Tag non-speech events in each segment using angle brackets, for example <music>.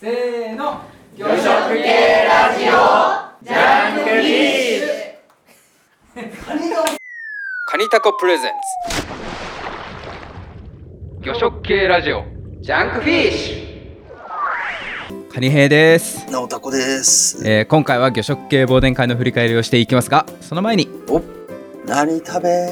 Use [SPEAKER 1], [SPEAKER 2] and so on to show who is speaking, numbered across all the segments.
[SPEAKER 1] せーの
[SPEAKER 2] 魚食系ラジオジャンクフィッシュ
[SPEAKER 3] カニタコプレゼンツ魚食系ラジオジャンクフィッシュカニ兵です、
[SPEAKER 4] なおたこです。
[SPEAKER 3] えー今回は魚食系忘年会の振り返りをしていきますがその前に
[SPEAKER 4] 何食べ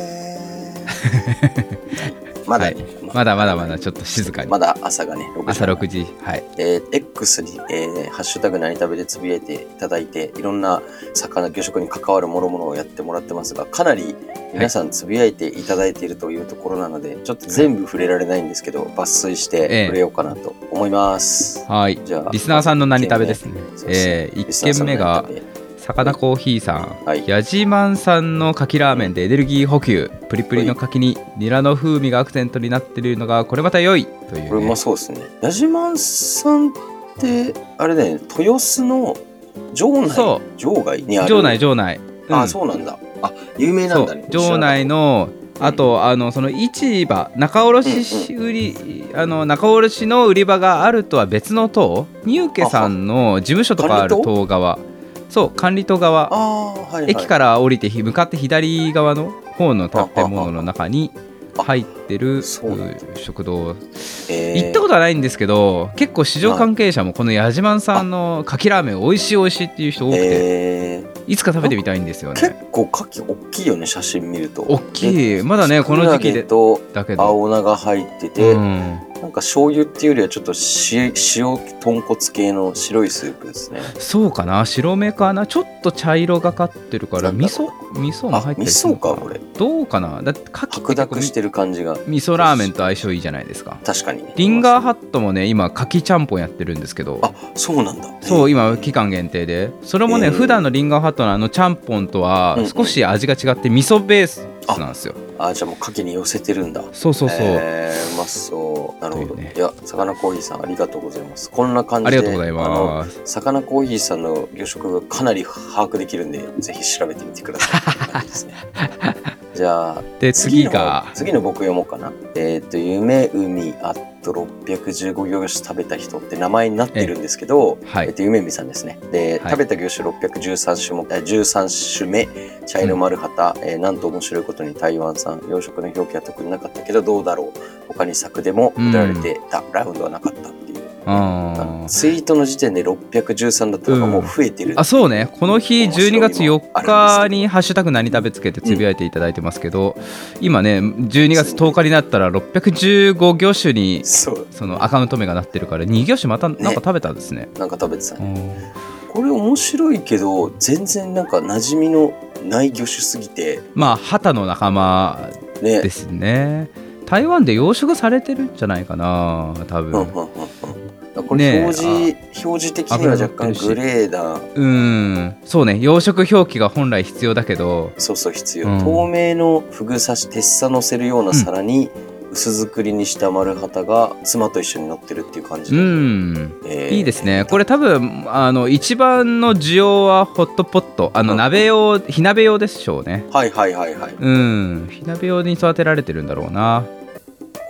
[SPEAKER 3] <laughs>
[SPEAKER 4] まだ、ね
[SPEAKER 3] まだまだまだちょっと静かに
[SPEAKER 4] まだ朝がね、6時
[SPEAKER 3] 朝6時はい
[SPEAKER 4] えー X に、えーハッシュタグ何食べでつぶやいていただいて、いろんな魚、魚食に関わるもろもろをやってもらってますが、かなり皆さんつぶやいていただいているというところなので、ちょっと全部触れられないんですけど、抜粋して触れようかなと思います。
[SPEAKER 3] はい
[SPEAKER 4] じゃあ、
[SPEAKER 3] リスナーさんの何食べですね
[SPEAKER 4] そうですね
[SPEAKER 3] え1軒目が
[SPEAKER 4] リスナーさんの何食
[SPEAKER 3] さかなコーヒーさん
[SPEAKER 4] べはい。
[SPEAKER 3] ヤジマンさんの牡蠣ラーメンでエネルギー補給プリプリの牡蠣にニラの風味がアクセントになっているのがこれまた良いとい
[SPEAKER 4] こ
[SPEAKER 3] う、
[SPEAKER 4] れ
[SPEAKER 3] ね
[SPEAKER 4] も、そうですね。矢島さんってあれだよね、豊洲の城
[SPEAKER 3] そ
[SPEAKER 4] 内城外にある。
[SPEAKER 3] 場内場内、うん
[SPEAKER 4] あ、そうなんだ。あ、有名な
[SPEAKER 3] そ
[SPEAKER 4] んだね
[SPEAKER 3] う。場内の
[SPEAKER 4] うん
[SPEAKER 3] あとあのその市場仲卸売り、あの仲卸の売り場があるとは別の棟入家さんの事務所とかある
[SPEAKER 4] 管理棟
[SPEAKER 3] 棟側そう管理棟側
[SPEAKER 4] あー、はい、はい。
[SPEAKER 3] 駅から降りてひ向かって左側の方の建物の中に
[SPEAKER 4] あ
[SPEAKER 3] 入ってる
[SPEAKER 4] そうなんだ
[SPEAKER 3] 食堂
[SPEAKER 4] えー
[SPEAKER 3] 行ったことはないんですけど結構市場関係者もこの矢島さんの牡蠣ラーメン美味しい美味しいっていう人多くて
[SPEAKER 4] えー
[SPEAKER 3] いつか食べてみたいんですよ
[SPEAKER 4] 結
[SPEAKER 3] ね
[SPEAKER 4] 構牡蠣大きいよね、写真見ると。
[SPEAKER 3] 大きいまだ
[SPEAKER 4] で
[SPEAKER 3] ねこの時期
[SPEAKER 4] キクラゲ
[SPEAKER 3] で
[SPEAKER 4] と
[SPEAKER 3] だけど
[SPEAKER 4] 青菜が入ってて、
[SPEAKER 3] うん
[SPEAKER 4] なんか醤油っていうよりはちょっと塩塩豚骨系の白いスープですね。
[SPEAKER 3] そうかな白目かなちょっと茶色がかってるから
[SPEAKER 4] なんだ
[SPEAKER 3] 味
[SPEAKER 4] ろ
[SPEAKER 3] 噌味噌も
[SPEAKER 4] あ
[SPEAKER 3] 入っ、て
[SPEAKER 4] 味
[SPEAKER 3] るの
[SPEAKER 4] 噌か、これ。
[SPEAKER 3] どうかなだって牡蠣って
[SPEAKER 4] 白
[SPEAKER 3] 結
[SPEAKER 4] 濁
[SPEAKER 3] 構
[SPEAKER 4] してる感じが。
[SPEAKER 3] 味噌ラーメンと相性いいじゃないですか
[SPEAKER 4] 確かに、ね。
[SPEAKER 3] リンガーハットもね今牡蠣ちゃんぽんやってるんですけど
[SPEAKER 4] あ、そうなんだ。
[SPEAKER 3] そう
[SPEAKER 4] えー
[SPEAKER 3] 今期間限定でそれもね、
[SPEAKER 4] えー
[SPEAKER 3] 普段のリンガーハットのあのちゃんぽんとは
[SPEAKER 4] うんうん
[SPEAKER 3] 少し味が違って味噌ベースなんですよ、
[SPEAKER 4] あじゃあもう牡蠣に寄せてるんだ
[SPEAKER 3] そうそうそう、
[SPEAKER 4] えーうまそうなるほ
[SPEAKER 3] と
[SPEAKER 4] ど
[SPEAKER 3] いうね
[SPEAKER 4] いやさかなコーヒーさんありがとうございますこんな感じで
[SPEAKER 3] あ
[SPEAKER 4] あ
[SPEAKER 3] りがとうござい
[SPEAKER 4] の
[SPEAKER 3] ます
[SPEAKER 4] さかなコーヒーさんの魚食がかなり把握できるんでぜひ調べてみてく
[SPEAKER 3] <laughs>
[SPEAKER 4] ださいって感じですねじゃあ
[SPEAKER 3] で次が
[SPEAKER 4] の次の僕読もうかなえっ、と「夢海あと615魚種食べた人」って名前になってるんですけど
[SPEAKER 3] は
[SPEAKER 4] えっ
[SPEAKER 3] い
[SPEAKER 4] と、夢見さんですね。で、
[SPEAKER 3] はい
[SPEAKER 4] 食べた魚種613種目、えー13種目、茶色丸旗、えーなんと面白いことに台湾産、養殖の表記は特になかったけど、どうだろう。他に作でも売られてた、ラウンドはなかったっていう。あ
[SPEAKER 3] あ
[SPEAKER 4] の
[SPEAKER 3] ー
[SPEAKER 4] ツイートの時点で613だったのがもう増えてる。
[SPEAKER 3] あそうねこの日
[SPEAKER 4] 面白い
[SPEAKER 3] 12
[SPEAKER 4] の
[SPEAKER 3] 月4日に「ハッシュタグ何食べ」つけてつぶやいていただいてますけど、今ね12月10日になったら615魚種に
[SPEAKER 4] そう、
[SPEAKER 3] そのアカウント名がなってるから2魚種またなんか食べたんですね
[SPEAKER 4] なんか食べてたね。
[SPEAKER 3] うん
[SPEAKER 4] これ面白いけど、全然なんか馴染みのない魚種すぎて、
[SPEAKER 3] まあ旗の仲間で
[SPEAKER 4] ね。
[SPEAKER 3] すね台湾で養殖されてるんじゃないかな多
[SPEAKER 4] うんうん
[SPEAKER 3] 分
[SPEAKER 4] うんうん。これ
[SPEAKER 3] ねえ
[SPEAKER 4] 表示、表示的には若干グレーな
[SPEAKER 3] うんそうね養殖表記が本来必要だけど
[SPEAKER 4] そうそう必要、
[SPEAKER 3] うん
[SPEAKER 4] 透明のフグ刺し鉄砂乗せるような皿に薄作りにした丸旗が妻と一緒に乗ってるっていう感じ
[SPEAKER 3] う
[SPEAKER 4] で、
[SPEAKER 3] ん
[SPEAKER 4] えー
[SPEAKER 3] いいですねこれ多分あの一番の需要はホットポットあの
[SPEAKER 4] うん
[SPEAKER 3] 鍋用火鍋用でしょうね
[SPEAKER 4] はいはいはいはい
[SPEAKER 3] うん火鍋用に育てられてるんだろうな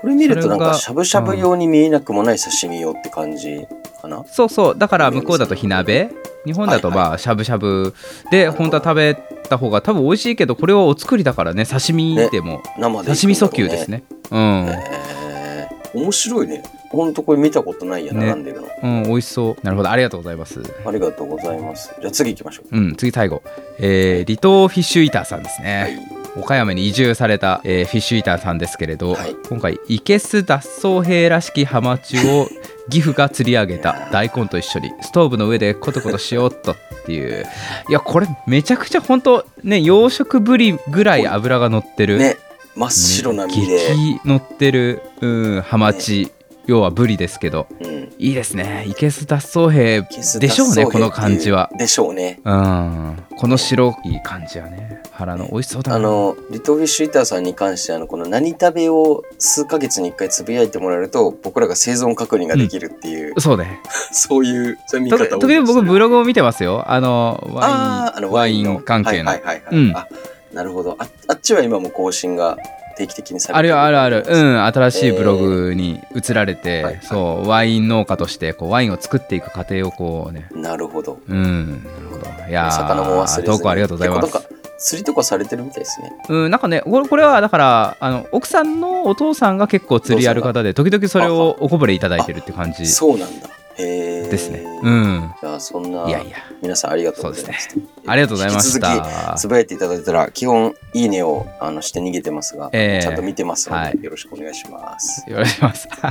[SPEAKER 4] これ見るとな
[SPEAKER 3] そ
[SPEAKER 4] ん
[SPEAKER 3] れが
[SPEAKER 4] かしゃぶしゃぶ用に見えなくもない刺身用って感じかな、
[SPEAKER 3] そうそうだから向こうだと火鍋日本だと
[SPEAKER 4] はい
[SPEAKER 3] まあしゃぶしゃぶで本当は食べた方が多分美味しいけどこれはお作りだからね刺身でも、
[SPEAKER 4] 生で
[SPEAKER 3] 刺身訴求です
[SPEAKER 4] ね、
[SPEAKER 3] ねうん、
[SPEAKER 4] えー面白いねほんとこれ見たことないや
[SPEAKER 3] ね
[SPEAKER 4] 並んでるの、
[SPEAKER 3] うん、美味しそう。なるほど、ありがとうございます。
[SPEAKER 4] ありがとうございますじゃあ次行きましょう
[SPEAKER 3] うん、次最後、えー、離島フィッシュイーターさんですね、
[SPEAKER 4] はい
[SPEAKER 3] 岡山に移住された、えーフィッシュイーターさんですけれど、
[SPEAKER 4] はい
[SPEAKER 3] 今回生けす脱走兵らしきハマチを岐阜が釣り上げた大根と一緒にストーブの上でコトコトしようっとっていういやこれめちゃくちゃ本当ね養殖ぶりぐらい油が乗ってる、
[SPEAKER 4] ね真っ白な身で、
[SPEAKER 3] 激乗ってる、うん、ハマチ、要はブリですけど
[SPEAKER 4] うん
[SPEAKER 3] いいですね生けす脱走兵
[SPEAKER 4] キス
[SPEAKER 3] でしょうね
[SPEAKER 4] 脱走兵
[SPEAKER 3] この感じは
[SPEAKER 4] っていうでしょうね
[SPEAKER 3] うん、この白い感じはね腹の美味しそうだな
[SPEAKER 4] あのリトルフィッシュイーターさんに関してあのこの何食べを数ヶ月に一回つぶやいてもらえると僕らが生存確認ができるっていう、
[SPEAKER 3] そうね
[SPEAKER 4] <laughs> そういうそういう見
[SPEAKER 3] と
[SPEAKER 4] 方を
[SPEAKER 3] 時々僕ブログを見てますよあのワイン
[SPEAKER 4] あーあの
[SPEAKER 3] ワイン関係の、
[SPEAKER 4] はいはいはいはい、
[SPEAKER 3] うん
[SPEAKER 4] あなるほどああっちは今も更新が定期的にされ
[SPEAKER 3] あ
[SPEAKER 4] て
[SPEAKER 3] るよあるあるう
[SPEAKER 4] うん
[SPEAKER 3] ん新しいブログに移られて、
[SPEAKER 4] はいはい
[SPEAKER 3] そうワイン農家としてこうワインを作っていく過程をこうね
[SPEAKER 4] なるほど。
[SPEAKER 3] うんなるほどいやー
[SPEAKER 4] 魚も忘れずに。
[SPEAKER 3] 投稿ありがとうございま
[SPEAKER 4] 結構
[SPEAKER 3] す
[SPEAKER 4] なんか釣りとかされてるみたいですね。
[SPEAKER 3] うんなんかねこれこれはだからあの奥さんのお父さんが結構釣りやる方で時々それをおこぼれいただいてるって感じ
[SPEAKER 4] そうなんだ。へえ。
[SPEAKER 3] ですねうん
[SPEAKER 4] じゃあそんない
[SPEAKER 3] やいや
[SPEAKER 4] 皆さんありがとうございました。
[SPEAKER 3] ありがとうございまし
[SPEAKER 4] 引き続
[SPEAKER 3] た
[SPEAKER 4] きつぶやいていただいたら基本いいねをあのして逃げてますが、
[SPEAKER 3] ええ
[SPEAKER 4] ちゃんと見てますので、
[SPEAKER 3] はい
[SPEAKER 4] よろしくお願いします。
[SPEAKER 3] よろしくお願いします
[SPEAKER 4] <laughs> は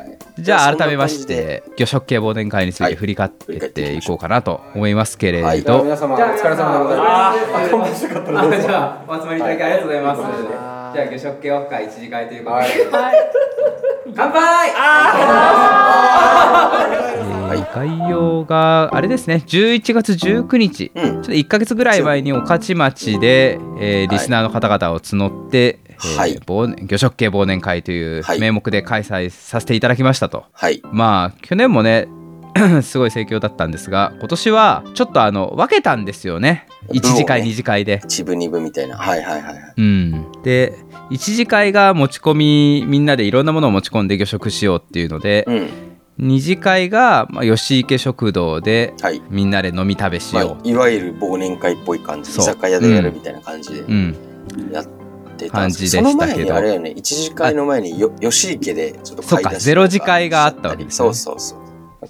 [SPEAKER 4] い。
[SPEAKER 3] じゃ
[SPEAKER 4] そ
[SPEAKER 3] あ
[SPEAKER 4] んな
[SPEAKER 3] 改めまし
[SPEAKER 4] 感じで。
[SPEAKER 3] て魚食系忘年会につい
[SPEAKER 4] はい
[SPEAKER 3] て振り返っ
[SPEAKER 4] 振り返っていき
[SPEAKER 3] て
[SPEAKER 4] ま
[SPEAKER 3] い
[SPEAKER 4] しょう
[SPEAKER 3] こうかなと思いますけれ
[SPEAKER 1] では
[SPEAKER 3] ど
[SPEAKER 1] 皆様お疲れ様でございます。あ、こんばんはかったらどうぞ
[SPEAKER 3] じゃあお集まりいただきありがとうございます。じゃあ魚食系オフ会一次会ということで。乾杯。あー。概要があれですね11月19日、
[SPEAKER 4] う
[SPEAKER 3] ち
[SPEAKER 4] ん
[SPEAKER 3] ょっと1か月ぐらい前に御徒町で、えーリスナーの方々を募って、
[SPEAKER 4] はい
[SPEAKER 3] えー忘年魚食系忘年会という
[SPEAKER 4] はい
[SPEAKER 3] 名目で開催させていただきましたと、
[SPEAKER 4] はい。
[SPEAKER 3] まあ去年もね <clears throat> すごい盛況だったんですが今年はちょっとあの分けたんですよね1次会
[SPEAKER 4] 部をね
[SPEAKER 3] 2次会で
[SPEAKER 4] 一部二部みたいな。はいはいはいはい。
[SPEAKER 3] うん、で一次会が持ち込みみんなでいろんなものを持ち込んで魚食しようっていうので、
[SPEAKER 4] うん。
[SPEAKER 3] 二次会が、まあ、吉池食堂で
[SPEAKER 4] はい。
[SPEAKER 3] みんなで飲み食べし
[SPEAKER 4] ま
[SPEAKER 3] よ
[SPEAKER 4] あ、いわゆる忘年会っぽい感じ。
[SPEAKER 3] そ
[SPEAKER 4] 居
[SPEAKER 3] う
[SPEAKER 4] 酒屋でやるみたいな感じで
[SPEAKER 3] う、うん、
[SPEAKER 4] やってたん
[SPEAKER 3] 感
[SPEAKER 4] です
[SPEAKER 3] じ
[SPEAKER 4] け
[SPEAKER 3] で
[SPEAKER 4] ど、その
[SPEAKER 3] したけど
[SPEAKER 4] 前にあれよね、一次会の前によ吉池でちょっと
[SPEAKER 3] そっかゼロ次会があったわけです
[SPEAKER 4] そ
[SPEAKER 3] ね
[SPEAKER 4] うそうそう。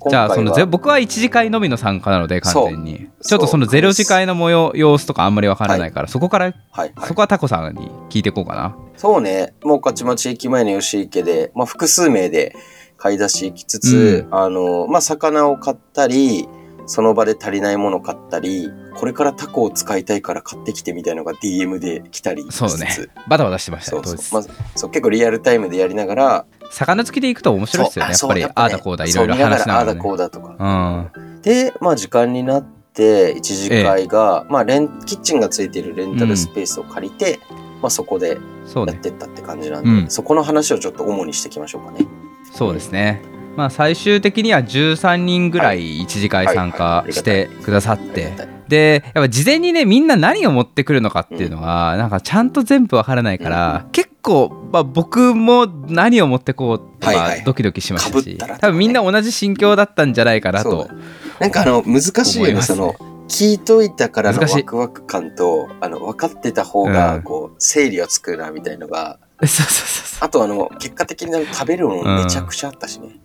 [SPEAKER 3] じゃあそ
[SPEAKER 4] 今
[SPEAKER 3] の
[SPEAKER 4] 回
[SPEAKER 3] ぜ
[SPEAKER 4] は
[SPEAKER 3] 僕は一次会のみの参加なので完全に
[SPEAKER 4] そう
[SPEAKER 3] ちょっとその
[SPEAKER 4] そう
[SPEAKER 3] ゼロ次会の模様様子とかあんまりわからないから、そこから
[SPEAKER 4] はいはい
[SPEAKER 3] そこはタコさんに聞いていこうかな、
[SPEAKER 4] そうね、もう勝ち町駅前の吉池で、まあ、複数名で買い出し行きつつ、あの、まあ、魚を買ったり、その場で足りないもの買ったり、これからタコを使いたいから買ってきてみたいのが DM で来たりしつつ。
[SPEAKER 3] そうねバタバタしてました
[SPEAKER 4] そ
[SPEAKER 3] ね
[SPEAKER 4] うそう
[SPEAKER 3] 当日
[SPEAKER 4] まあ、そう結構リアルタイムでやりながら、
[SPEAKER 3] 魚好きで行くと面白いですよねやっ
[SPEAKER 4] そう
[SPEAKER 3] ぱりあ
[SPEAKER 4] あ
[SPEAKER 3] あ
[SPEAKER 4] そう
[SPEAKER 3] だこうだい
[SPEAKER 4] そ
[SPEAKER 3] ろいろ話しなが
[SPEAKER 4] 見あ
[SPEAKER 3] ら
[SPEAKER 4] あだ
[SPEAKER 3] ね
[SPEAKER 4] こうだとか。
[SPEAKER 3] うん
[SPEAKER 4] で、まあ、時間になって、一次会が、まあレン、キッチンがついてるレンタルスペースを借りて、まあ、そこで
[SPEAKER 3] そう
[SPEAKER 4] やっ
[SPEAKER 3] ね
[SPEAKER 4] てったって感じなんで、
[SPEAKER 3] うん
[SPEAKER 4] そこの話をちょっと主にしていきましょうかね。
[SPEAKER 3] そうですね、まあ、最終的には13人ぐらい一次会参加してくださってでやっぱ事前にねみんな何を持ってくるのかっていうのがなんかちゃんと全部わからないから、結構、まあ、僕も何を持ってこうと
[SPEAKER 4] はいは
[SPEAKER 3] か
[SPEAKER 4] い
[SPEAKER 3] ドキドキしましたし、
[SPEAKER 4] 被ったらとかね
[SPEAKER 3] 多分みんな同じ心境だったんじゃないかな
[SPEAKER 4] そ
[SPEAKER 3] と
[SPEAKER 4] うだなんかあの難しいよ
[SPEAKER 3] 思い
[SPEAKER 4] ね
[SPEAKER 3] ます
[SPEAKER 4] そ
[SPEAKER 3] ね
[SPEAKER 4] の聞いといたからの
[SPEAKER 3] 難し
[SPEAKER 4] ワ
[SPEAKER 3] い
[SPEAKER 4] クワク感とあの分かってた方が
[SPEAKER 3] うん
[SPEAKER 4] こう整理はつくなみたいのが、
[SPEAKER 3] そうそうそう
[SPEAKER 4] あとあの結果的になんか食べるものめちゃくちゃあったしね、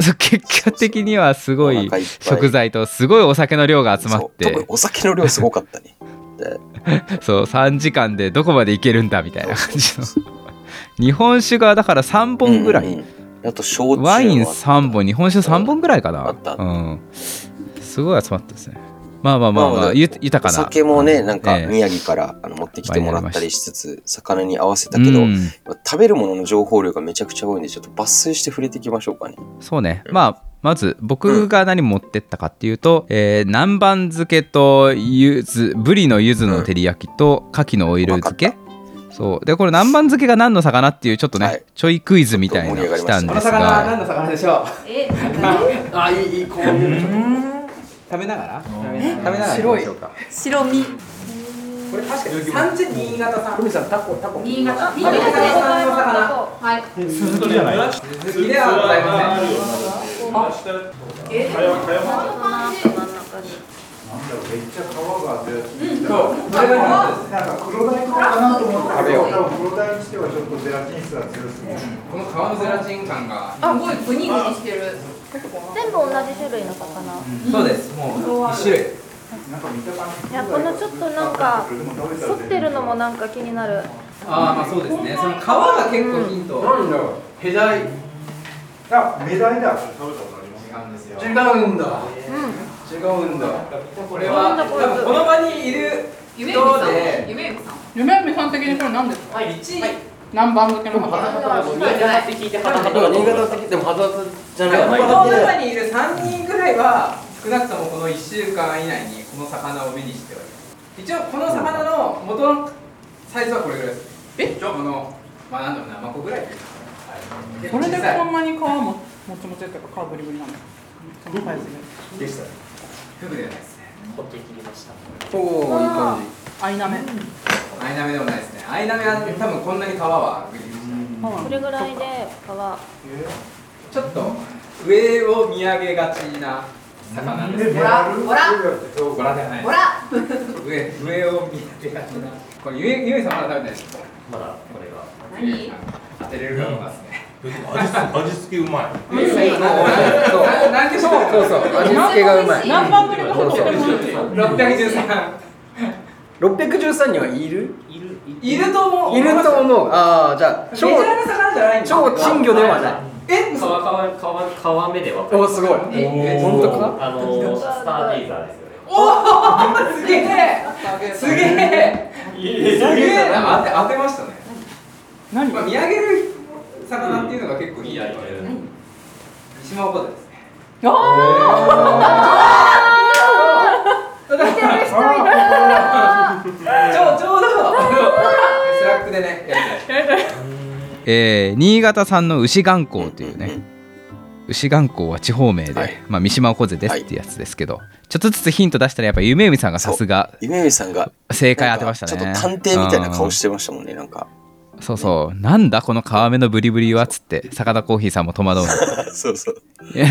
[SPEAKER 3] そう結果的にはすご
[SPEAKER 4] お
[SPEAKER 3] い
[SPEAKER 4] 腹いっぱい
[SPEAKER 3] 食材とすごいお酒の量が集まっ
[SPEAKER 4] そう特に
[SPEAKER 3] て
[SPEAKER 4] お酒の量すごかっ
[SPEAKER 3] <laughs>
[SPEAKER 4] たね
[SPEAKER 3] そう3時間でどこまでいけるんだみたいな感じ
[SPEAKER 4] そう
[SPEAKER 3] の
[SPEAKER 4] そう
[SPEAKER 3] 日本酒がだから3本ぐらい、
[SPEAKER 4] うんうんうんあと焼酎もあ
[SPEAKER 3] ワイン
[SPEAKER 4] った
[SPEAKER 3] 3本、日本酒3本ぐらいかな。
[SPEAKER 4] あった
[SPEAKER 3] うん。すごい集まったですね。まあまあまあ、
[SPEAKER 4] ま
[SPEAKER 3] ま
[SPEAKER 4] あまあ
[SPEAKER 3] あ、ゆ豊
[SPEAKER 4] お
[SPEAKER 3] かな。
[SPEAKER 4] 酒もねなんか
[SPEAKER 3] ええ
[SPEAKER 4] 宮城からあの持ってきてもらったりしつつ魚に合わせたけ
[SPEAKER 3] う
[SPEAKER 4] ど
[SPEAKER 3] ん
[SPEAKER 4] 食べるものの情報量がめちゃくちゃ多いんでちょっと抜粋して触れていきましょうかね
[SPEAKER 3] そうね。まあ、まず僕が何持ってったかっていうと、えー南蛮漬けと柚子、ぶりの柚子の照り焼きと牡蠣のオイル漬
[SPEAKER 4] う
[SPEAKER 3] け。そうでこれ南蛮漬けが何の魚っていうちょっとね、
[SPEAKER 4] はい
[SPEAKER 3] ちょいクイズみたいなのをしたんで
[SPEAKER 1] この
[SPEAKER 3] す
[SPEAKER 1] 魚は何
[SPEAKER 3] が
[SPEAKER 1] の魚でしょう。
[SPEAKER 2] え、
[SPEAKER 1] あ、いいいいこういう
[SPEAKER 3] 食べながら
[SPEAKER 1] 食べながら白い。こ
[SPEAKER 2] 白身。
[SPEAKER 1] れ確かに産地新潟産。ふみさんタコタコ。
[SPEAKER 2] 新潟。
[SPEAKER 1] 新潟産の魚。
[SPEAKER 2] はい。
[SPEAKER 1] 鈴木ではございません。
[SPEAKER 2] え、でも真ん中に
[SPEAKER 1] そう。これが
[SPEAKER 5] なんか黒大黒かなと思ったけど、でも黒大にしてはちょっとゼラチン質が強すぎる。
[SPEAKER 1] この皮のゼラチン感が。
[SPEAKER 2] あ、すごいグニグニしてる。
[SPEAKER 6] 全部同じ種類の魚
[SPEAKER 1] そうです。もう一種類。
[SPEAKER 5] なんか見た感じ。
[SPEAKER 6] いやこのちょっとなんか反ってるのもなんか気になる
[SPEAKER 1] ああまあそうですね。その皮が結構ヒント。なんだろう。ヘダイ。
[SPEAKER 5] あ、メダイだ。食べたことあります。
[SPEAKER 1] 違うんですよ。違うんだ。違うんだ。これは多分この場にいる
[SPEAKER 2] 夢海さ
[SPEAKER 1] 人
[SPEAKER 2] ん
[SPEAKER 1] で。。
[SPEAKER 2] 夢海さん。
[SPEAKER 7] 夢見さん的にこれ何ですか
[SPEAKER 1] はい、1位。
[SPEAKER 7] 南蛮漬けの話
[SPEAKER 1] 新潟的でもハザードじゃない。この中にいる3人ぐらいは少なくともこの1週間以内にこの魚を目にしてはいる。一応この魚の元のサイズはこれぐらいです。え？このまあなんだろうな、マコぐらいです。はい
[SPEAKER 7] これで
[SPEAKER 1] 結構小さい
[SPEAKER 7] こんなに皮ももちもちっていうか皮ブリブリなのそのサイズで
[SPEAKER 1] でした。フグではないですね。ほって切りました。おお、いい感じ。
[SPEAKER 7] アイナメ
[SPEAKER 8] アイナメでもないですねアイナメは多分こんなに皮はグリグリしてない
[SPEAKER 9] それぐらいで皮
[SPEAKER 8] ちょっと上を見上げがちな魚ですね
[SPEAKER 10] ほらほら
[SPEAKER 8] ご覧じゃない
[SPEAKER 10] ほら
[SPEAKER 8] 上上を見上げがちなこれゆえゆえさんまだ食べてないですか
[SPEAKER 11] まだこれが
[SPEAKER 10] 何
[SPEAKER 8] 当てれるかどうかですね
[SPEAKER 11] 味付けうまい
[SPEAKER 8] 今ななんでしょうそうそう
[SPEAKER 10] 味付けがうまい
[SPEAKER 1] 何番目のとっても
[SPEAKER 8] 六百十三
[SPEAKER 12] 613人はいる
[SPEAKER 8] いると思う
[SPEAKER 12] いると思うああじゃあ
[SPEAKER 8] メジ
[SPEAKER 12] 超
[SPEAKER 8] ャーな魚じゃないんだ
[SPEAKER 12] 超金魚ではない
[SPEAKER 8] え
[SPEAKER 11] 皮皮皮
[SPEAKER 8] 嘘
[SPEAKER 11] 皮目でわかる
[SPEAKER 12] おすごい
[SPEAKER 8] え
[SPEAKER 12] 本当か
[SPEAKER 11] あのスターゲイザーですよね
[SPEAKER 8] すげえすげえすげえな当て当てましたね
[SPEAKER 1] 何
[SPEAKER 8] まあ見上げる魚っていうのが結構いいやり方で
[SPEAKER 11] うん
[SPEAKER 8] 島岡田ですねちょうど
[SPEAKER 9] 見てる人いた
[SPEAKER 8] ちょうどスラックでねやりたい
[SPEAKER 3] <laughs> えー新潟産の牛眼光というね牛眼光は地方名で、
[SPEAKER 4] はい
[SPEAKER 3] まあ、三島小瀬ですってやつですけど、ちょっとずつヒント出したらやっぱ夢海さんがさすが
[SPEAKER 4] 夢見さんが
[SPEAKER 3] 正解当てましたね
[SPEAKER 4] なんかちょっと探偵みたいな顔してましたもんねなんか <laughs>
[SPEAKER 3] うんそうそうなんだこの皮目のブリブリはっつって坂田コーヒーさんも戸
[SPEAKER 4] <laughs>
[SPEAKER 3] 惑うの
[SPEAKER 4] そうそう
[SPEAKER 3] い
[SPEAKER 4] いや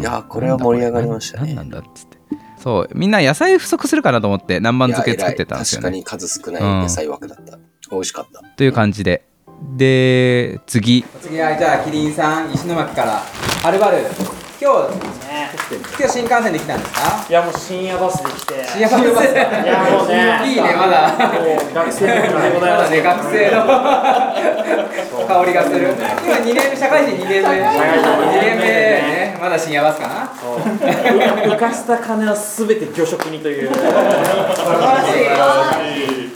[SPEAKER 4] ーこれは盛り上がりましたね
[SPEAKER 3] なんだっつって。そう、みんな野菜不足するかなと思って南蛮漬け作ってたんですよ
[SPEAKER 4] いや偉
[SPEAKER 3] ね。
[SPEAKER 4] い確かに数少ない野菜枠だった、美味しかった
[SPEAKER 3] という感じで。で、次。
[SPEAKER 8] 次はじゃあキリンさん石巻からはるばる今日今日新幹線で来たんですか
[SPEAKER 12] いやもう深夜バスで来て
[SPEAKER 8] いや
[SPEAKER 12] いやもうね
[SPEAKER 8] いいねまだ
[SPEAKER 12] もう学生の頃でご
[SPEAKER 8] ま
[SPEAKER 12] ざいま
[SPEAKER 8] だ
[SPEAKER 12] す
[SPEAKER 8] ね学生の香りがする今2年目社会人2年目2年目ねまだ深夜バスかな
[SPEAKER 12] そう浮かした金は全て魚食に
[SPEAKER 8] <laughs>
[SPEAKER 12] というもう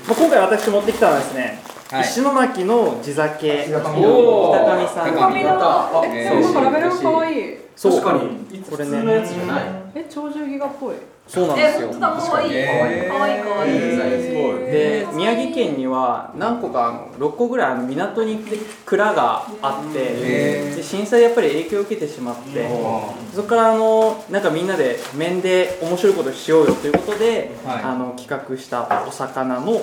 [SPEAKER 12] 今回私持ってきたのはですね、
[SPEAKER 8] はい
[SPEAKER 12] 石巻の地酒北上
[SPEAKER 8] おー
[SPEAKER 12] さん
[SPEAKER 8] 高
[SPEAKER 12] の
[SPEAKER 8] 見
[SPEAKER 1] あ、
[SPEAKER 8] え
[SPEAKER 1] え、
[SPEAKER 8] ー
[SPEAKER 1] そう、ラベルが可愛い。
[SPEAKER 12] そう確かにこれね
[SPEAKER 8] じゃない
[SPEAKER 1] え、鳥獣ギガっぽい。
[SPEAKER 12] そうなんで
[SPEAKER 10] え
[SPEAKER 12] すよ
[SPEAKER 10] 本当だ可愛い
[SPEAKER 8] えー
[SPEAKER 10] 可愛い可愛い
[SPEAKER 12] で宮城県には何個かあの6個ぐらいあの港に蔵があって、
[SPEAKER 8] へー
[SPEAKER 12] で震災でやっぱり影響を受けてしまって、
[SPEAKER 8] お
[SPEAKER 12] そこからあのなんかみんなで面で面白いことしようよということで、
[SPEAKER 8] はい
[SPEAKER 12] あの企画したお魚の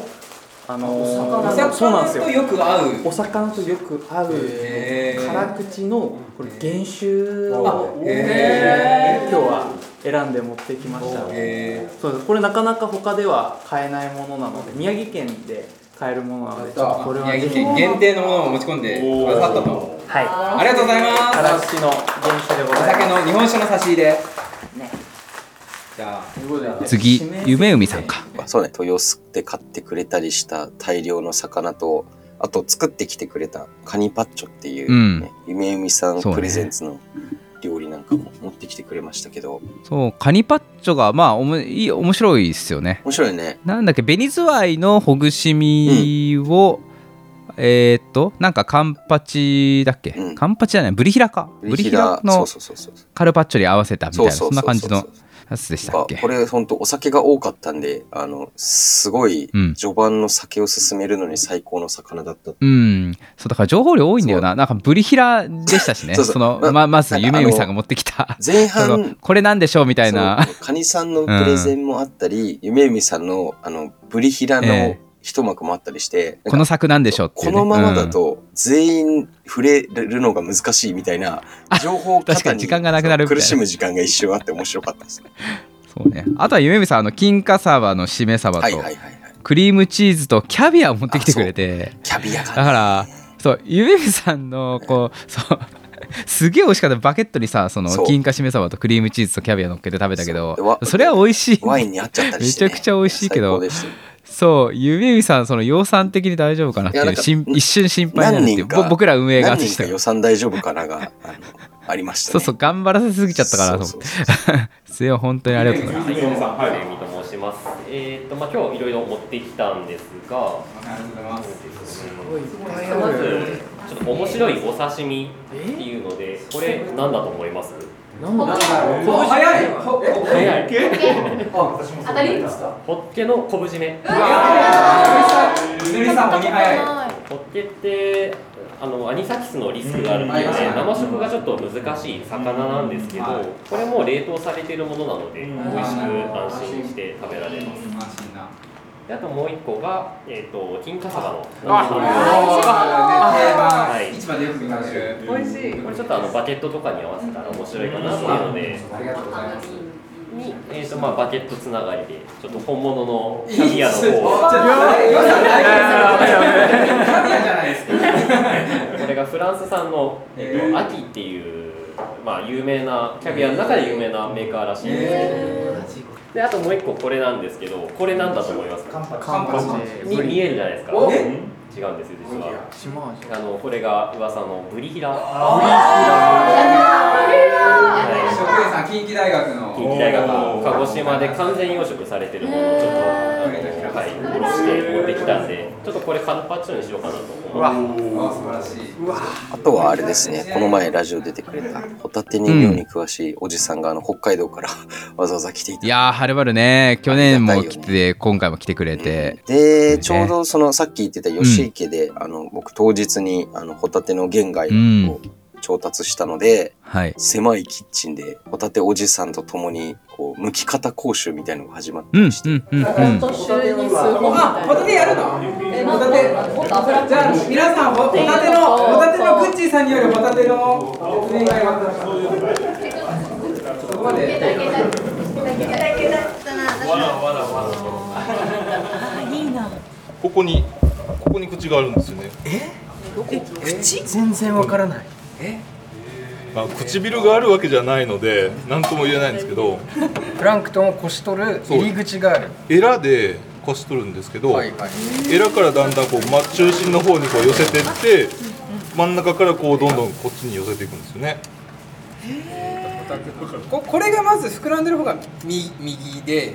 [SPEAKER 12] あの
[SPEAKER 8] ー
[SPEAKER 12] そうなんです
[SPEAKER 8] お魚と
[SPEAKER 12] よ
[SPEAKER 8] よく合う
[SPEAKER 12] お魚とよく合う
[SPEAKER 8] へー
[SPEAKER 12] 辛口のこれ原酒を
[SPEAKER 8] へ
[SPEAKER 12] 今日は選んで持ってきました。
[SPEAKER 8] え
[SPEAKER 12] そうですこれなかなか他では買えないものなので宮城県で買えるものなのでちょっとこれは
[SPEAKER 8] 宮
[SPEAKER 12] ぜ
[SPEAKER 8] 城県
[SPEAKER 12] ひ
[SPEAKER 8] 限定のものを持ち込んでくださったと
[SPEAKER 12] はい
[SPEAKER 8] ありがとうございます
[SPEAKER 12] 嵐の原酒でご
[SPEAKER 8] お
[SPEAKER 12] ざい
[SPEAKER 8] 酒
[SPEAKER 12] ます
[SPEAKER 8] の日本酒の差し入れじゃあ
[SPEAKER 3] 次、夢海さんか。
[SPEAKER 4] そうね豊洲で買ってくれたりした大量の魚とあと作ってきてくれたカニパッチョっていううんね、夢海さん
[SPEAKER 3] そうね
[SPEAKER 4] プレゼンツの料理なんかも持ってきてくれましたけど
[SPEAKER 3] そう、カニパッチョが、まあ、おもいい面白いですよね。
[SPEAKER 4] 面白いね
[SPEAKER 3] なんだっけ、紅ズワイのほぐし身を、えーっと、なんかカンパチだっけ、
[SPEAKER 4] うん
[SPEAKER 3] カンパチじゃない、ブリヒラか。ブリヒラ
[SPEAKER 4] そ
[SPEAKER 3] の
[SPEAKER 4] うそうそうそう
[SPEAKER 3] カルパッチョに合わせたみたい
[SPEAKER 4] そう
[SPEAKER 3] な、そ
[SPEAKER 4] そ
[SPEAKER 3] う
[SPEAKER 4] そうん
[SPEAKER 3] な感じ
[SPEAKER 4] そう
[SPEAKER 3] の
[SPEAKER 4] そうそう
[SPEAKER 3] やつでした
[SPEAKER 4] あ
[SPEAKER 3] っけ
[SPEAKER 4] こ。れ本当お酒が多かったんであのすごい
[SPEAKER 3] うん
[SPEAKER 4] 序盤の酒を進めるのに最高の魚だった、
[SPEAKER 3] うん、そうだから情報量多いんだよな、なんかブリヒラでしたしね、
[SPEAKER 4] <laughs> そうそう
[SPEAKER 3] その
[SPEAKER 4] ま
[SPEAKER 3] ままず
[SPEAKER 4] なんかあの
[SPEAKER 3] 夢海さんが持ってきた、
[SPEAKER 4] 前
[SPEAKER 3] その
[SPEAKER 4] 半
[SPEAKER 3] これなんでしょうみたいな、
[SPEAKER 4] そうカニさんのプレゼンもあったり、夢海さんのあのブリヒラの
[SPEAKER 3] え
[SPEAKER 4] 一幕もあったりして、
[SPEAKER 3] この作なんでしょうっていう、
[SPEAKER 4] こ
[SPEAKER 3] ね、
[SPEAKER 4] のままだと全員触れるのが難しいみたいな情報
[SPEAKER 3] 確か
[SPEAKER 4] 方
[SPEAKER 3] に時間がなくなるみたい
[SPEAKER 4] 苦
[SPEAKER 3] な
[SPEAKER 4] しむ時間が一瞬あって面白かったですね。
[SPEAKER 3] うんそうね、あとは夢海さん、あの金華サバのしめサバ
[SPEAKER 4] はい
[SPEAKER 3] と、
[SPEAKER 4] はいはいはい。
[SPEAKER 3] クリームチーズとキャビアを持ってきてくれて、
[SPEAKER 4] キャビアが、
[SPEAKER 3] だから、そう夢海さんのこう、そう <laughs> すげえ美味しかった、バケットにさ、その
[SPEAKER 4] そう
[SPEAKER 3] 金華しめサバとクリームチーズとキャビア乗っけて食べたけど
[SPEAKER 4] そうでわ、
[SPEAKER 3] それは美味しい。
[SPEAKER 4] ワインに合っちゃったりして、ね。
[SPEAKER 3] めちゃくちゃ美味しいけど
[SPEAKER 4] 最高でした
[SPEAKER 3] そう、夢海さん、その養蚕的に大丈夫かなって
[SPEAKER 4] い
[SPEAKER 3] い
[SPEAKER 4] やなん
[SPEAKER 3] う、
[SPEAKER 4] か
[SPEAKER 3] しん一瞬心配になるってい
[SPEAKER 4] 何人
[SPEAKER 3] う、
[SPEAKER 4] か
[SPEAKER 3] ぼ僕ら運営側と
[SPEAKER 4] 何
[SPEAKER 3] し
[SPEAKER 4] 人
[SPEAKER 3] て
[SPEAKER 4] か
[SPEAKER 3] は
[SPEAKER 4] 予算大丈夫かながあのありました、ね。
[SPEAKER 3] そうそう、頑張らせすぎちゃったからと思
[SPEAKER 4] そ
[SPEAKER 3] っ
[SPEAKER 4] う
[SPEAKER 3] て。
[SPEAKER 4] そうそう
[SPEAKER 3] すいません本当にありがとうございま
[SPEAKER 11] はい、レミと申します。えっ、と、まあ、今日いろいろ持ってきたんですが。
[SPEAKER 8] ありがとうございます
[SPEAKER 11] まず、ちょっと面白いお刺身っていうので、これ、なんだと思います。
[SPEAKER 8] お早いほほ
[SPEAKER 11] 早い。
[SPEAKER 10] 当たり
[SPEAKER 11] ホッケの昆布締め。
[SPEAKER 8] みのりさん鬼早い
[SPEAKER 9] ない
[SPEAKER 11] ホッケって、あの、アニサキスのリスクがあるので、生食がちょっと難しい魚なんですけど。これもう冷凍されているものなので、美味しく安心して食べられます。
[SPEAKER 8] 安心な
[SPEAKER 11] であともう一個が、えっと金華サバの
[SPEAKER 3] あ
[SPEAKER 11] は
[SPEAKER 3] あ
[SPEAKER 11] い
[SPEAKER 3] 市場でよく見かける
[SPEAKER 13] 美味しい。
[SPEAKER 11] これちょっとあのバケットとかに合わせたら面白いかなっていうので、
[SPEAKER 3] ありがとうございます
[SPEAKER 11] に、えーとまあ、バケットつながりでちょっと本物のキャビアの方を
[SPEAKER 3] ちょっと予算ないからキャビアじゃないですか
[SPEAKER 11] これがフランス産の、えー
[SPEAKER 3] へ
[SPEAKER 11] と
[SPEAKER 3] ー
[SPEAKER 11] アキっていう、まあ、有名なキャビアの中で有名なメーカーらしいんですけど、であともう一個これなんですけどこれなんだと思いますか
[SPEAKER 3] カンパチ
[SPEAKER 11] に見えるじゃないですか
[SPEAKER 3] お
[SPEAKER 11] 違うんですよ実は
[SPEAKER 14] 島味
[SPEAKER 11] あのこれが噂のブリヒラはい
[SPEAKER 3] 食品さん近畿大学の
[SPEAKER 11] 近畿大学の鹿児島で完全養殖されてるものをちょっと、あのはい、おろして持ってきたんで、ちょっとこれカルパッチョにしようかなと思って。
[SPEAKER 3] あ素晴らしい
[SPEAKER 4] あとはあれですね、この前ラジオ出てくれたホタテ人形に詳しいおじさんがあの北海道からわざわざ来ていただいて
[SPEAKER 15] いやーはるばるね去年も来て今回も来てくれて
[SPEAKER 4] で、
[SPEAKER 15] ね
[SPEAKER 4] ちょうどそのさっき言ってた吉池で、あの僕当日にあのホタテの玄
[SPEAKER 15] う
[SPEAKER 4] 貝
[SPEAKER 15] ん
[SPEAKER 4] を調達したので、
[SPEAKER 15] はい
[SPEAKER 4] 狭いキッチンでホタテおじさんと共にこう剥き方講習みたいのが始まって
[SPEAKER 15] うんう
[SPEAKER 4] まして、
[SPEAKER 15] んうんうん
[SPEAKER 1] 年収に数本み
[SPEAKER 3] あ、ホタテやるの
[SPEAKER 1] え
[SPEAKER 3] ホタテ
[SPEAKER 1] もっと油っぽい
[SPEAKER 3] じゃあ皆さんホホタテのホタテのグッチーさんによるホタテのお願いはそこまで
[SPEAKER 16] ここにここに口があるんですよね
[SPEAKER 14] 全然わからない
[SPEAKER 16] あ唇があるわけじゃないので何とも言えないんですけど
[SPEAKER 14] プランクトンをこし取る
[SPEAKER 16] そう
[SPEAKER 14] 口がある
[SPEAKER 16] エラでこし取るんですけど、エラからだんだんこう、ま、中心の方にこう寄せてって真ん中からこうどんどんこっちに寄せていくんですよね
[SPEAKER 3] ここれがまず膨らんでる方が右右で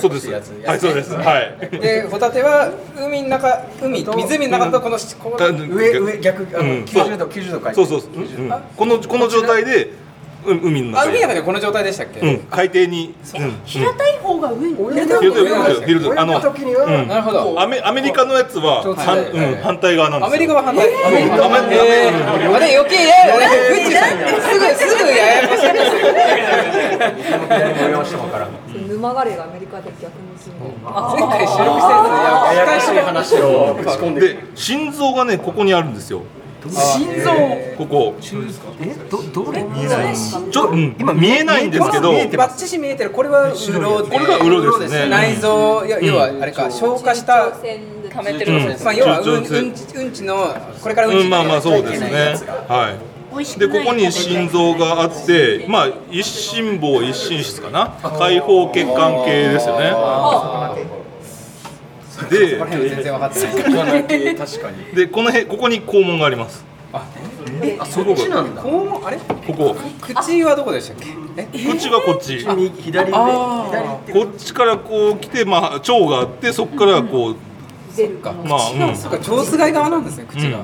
[SPEAKER 16] そうですはいそうですはい
[SPEAKER 3] でホタテは海の中海湖の中とこのこの
[SPEAKER 16] 上上逆あの、90度90度回そうそうそう、うんうんこのこの状態でう海の
[SPEAKER 3] あ
[SPEAKER 16] 中
[SPEAKER 3] 海
[SPEAKER 16] に
[SPEAKER 3] の中でこの状態でしたっけ、
[SPEAKER 16] うん海底に、うん、平た
[SPEAKER 3] 入れた
[SPEAKER 16] い平たい
[SPEAKER 3] 方が上
[SPEAKER 16] 平たいあのうん
[SPEAKER 3] なるほど
[SPEAKER 16] アメアメリカのやつは
[SPEAKER 3] そう
[SPEAKER 16] 反,、
[SPEAKER 3] はいはい
[SPEAKER 16] うん、反対側なんです
[SPEAKER 3] ア
[SPEAKER 16] よ
[SPEAKER 3] メリカは反対、アメリカは反対
[SPEAKER 16] え
[SPEAKER 3] えー、あれ余計ややねグッチーさんすぐすぐややこしい
[SPEAKER 1] <laughs> 沼がれがアメリカで逆にする
[SPEAKER 3] 前回収録したやつややこしい話を
[SPEAKER 16] で心臓がねここにあるんですよ
[SPEAKER 3] 心臓
[SPEAKER 16] ここ
[SPEAKER 14] えどどれ
[SPEAKER 16] ちょ、うん、今見えないんですけど
[SPEAKER 3] バッチシ見えてるこれはうろで
[SPEAKER 16] これがうろですね
[SPEAKER 3] 内臓いや要はあれか消化した
[SPEAKER 1] 線で
[SPEAKER 13] めて
[SPEAKER 16] るうん
[SPEAKER 3] まあ要はうん
[SPEAKER 16] 中
[SPEAKER 3] うん
[SPEAKER 16] 中
[SPEAKER 3] ちうんちのこれからうんち
[SPEAKER 16] う
[SPEAKER 3] に
[SPEAKER 16] んまあまあそうですねはいでここに心臓があってまあ一心房一心室かな開放血管系ですよね
[SPEAKER 3] この辺全然分かってない肛
[SPEAKER 16] ででこの辺ここに肛門がありますあそこが
[SPEAKER 3] 門あれ
[SPEAKER 16] ここ
[SPEAKER 3] 口はどこでしたっけえ
[SPEAKER 16] 口はこっち
[SPEAKER 14] 左上
[SPEAKER 3] あ
[SPEAKER 16] こっちからこう来てまあ腸があってそこからこう
[SPEAKER 1] 出るか
[SPEAKER 16] まあうん
[SPEAKER 3] あそっか腸子外側なんですね口が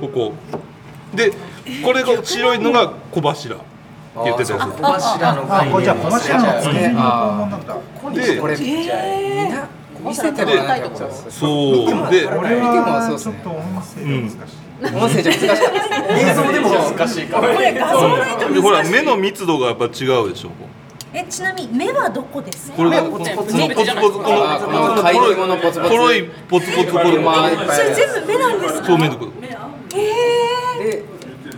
[SPEAKER 16] うん、ここでこれが白いのが小柱って言ってたやつ
[SPEAKER 10] あ、これじゃあ、この下なんですね。あー、なんだ。
[SPEAKER 16] で
[SPEAKER 3] これみんな見せてもらわなきゃこれ
[SPEAKER 16] そうで
[SPEAKER 10] これ
[SPEAKER 3] は
[SPEAKER 10] は
[SPEAKER 3] そうで
[SPEAKER 10] ち
[SPEAKER 3] す
[SPEAKER 10] ょっ
[SPEAKER 3] ね
[SPEAKER 10] と音
[SPEAKER 3] 音声
[SPEAKER 10] 声が難しい。
[SPEAKER 3] じゃ難しかったですね
[SPEAKER 14] 映像でも難しいから
[SPEAKER 16] でほら目の密度がやっぱ違うでしょ
[SPEAKER 1] えちなみに目はどこです
[SPEAKER 16] これがこのポツポツこのこ
[SPEAKER 3] あーこの
[SPEAKER 16] の
[SPEAKER 3] 買い
[SPEAKER 16] 黒い
[SPEAKER 3] 物ポツポツ
[SPEAKER 16] 黒いポツポツこれ
[SPEAKER 3] まあいっぱいある
[SPEAKER 1] 全部目なんです
[SPEAKER 16] そう目のこと
[SPEAKER 3] で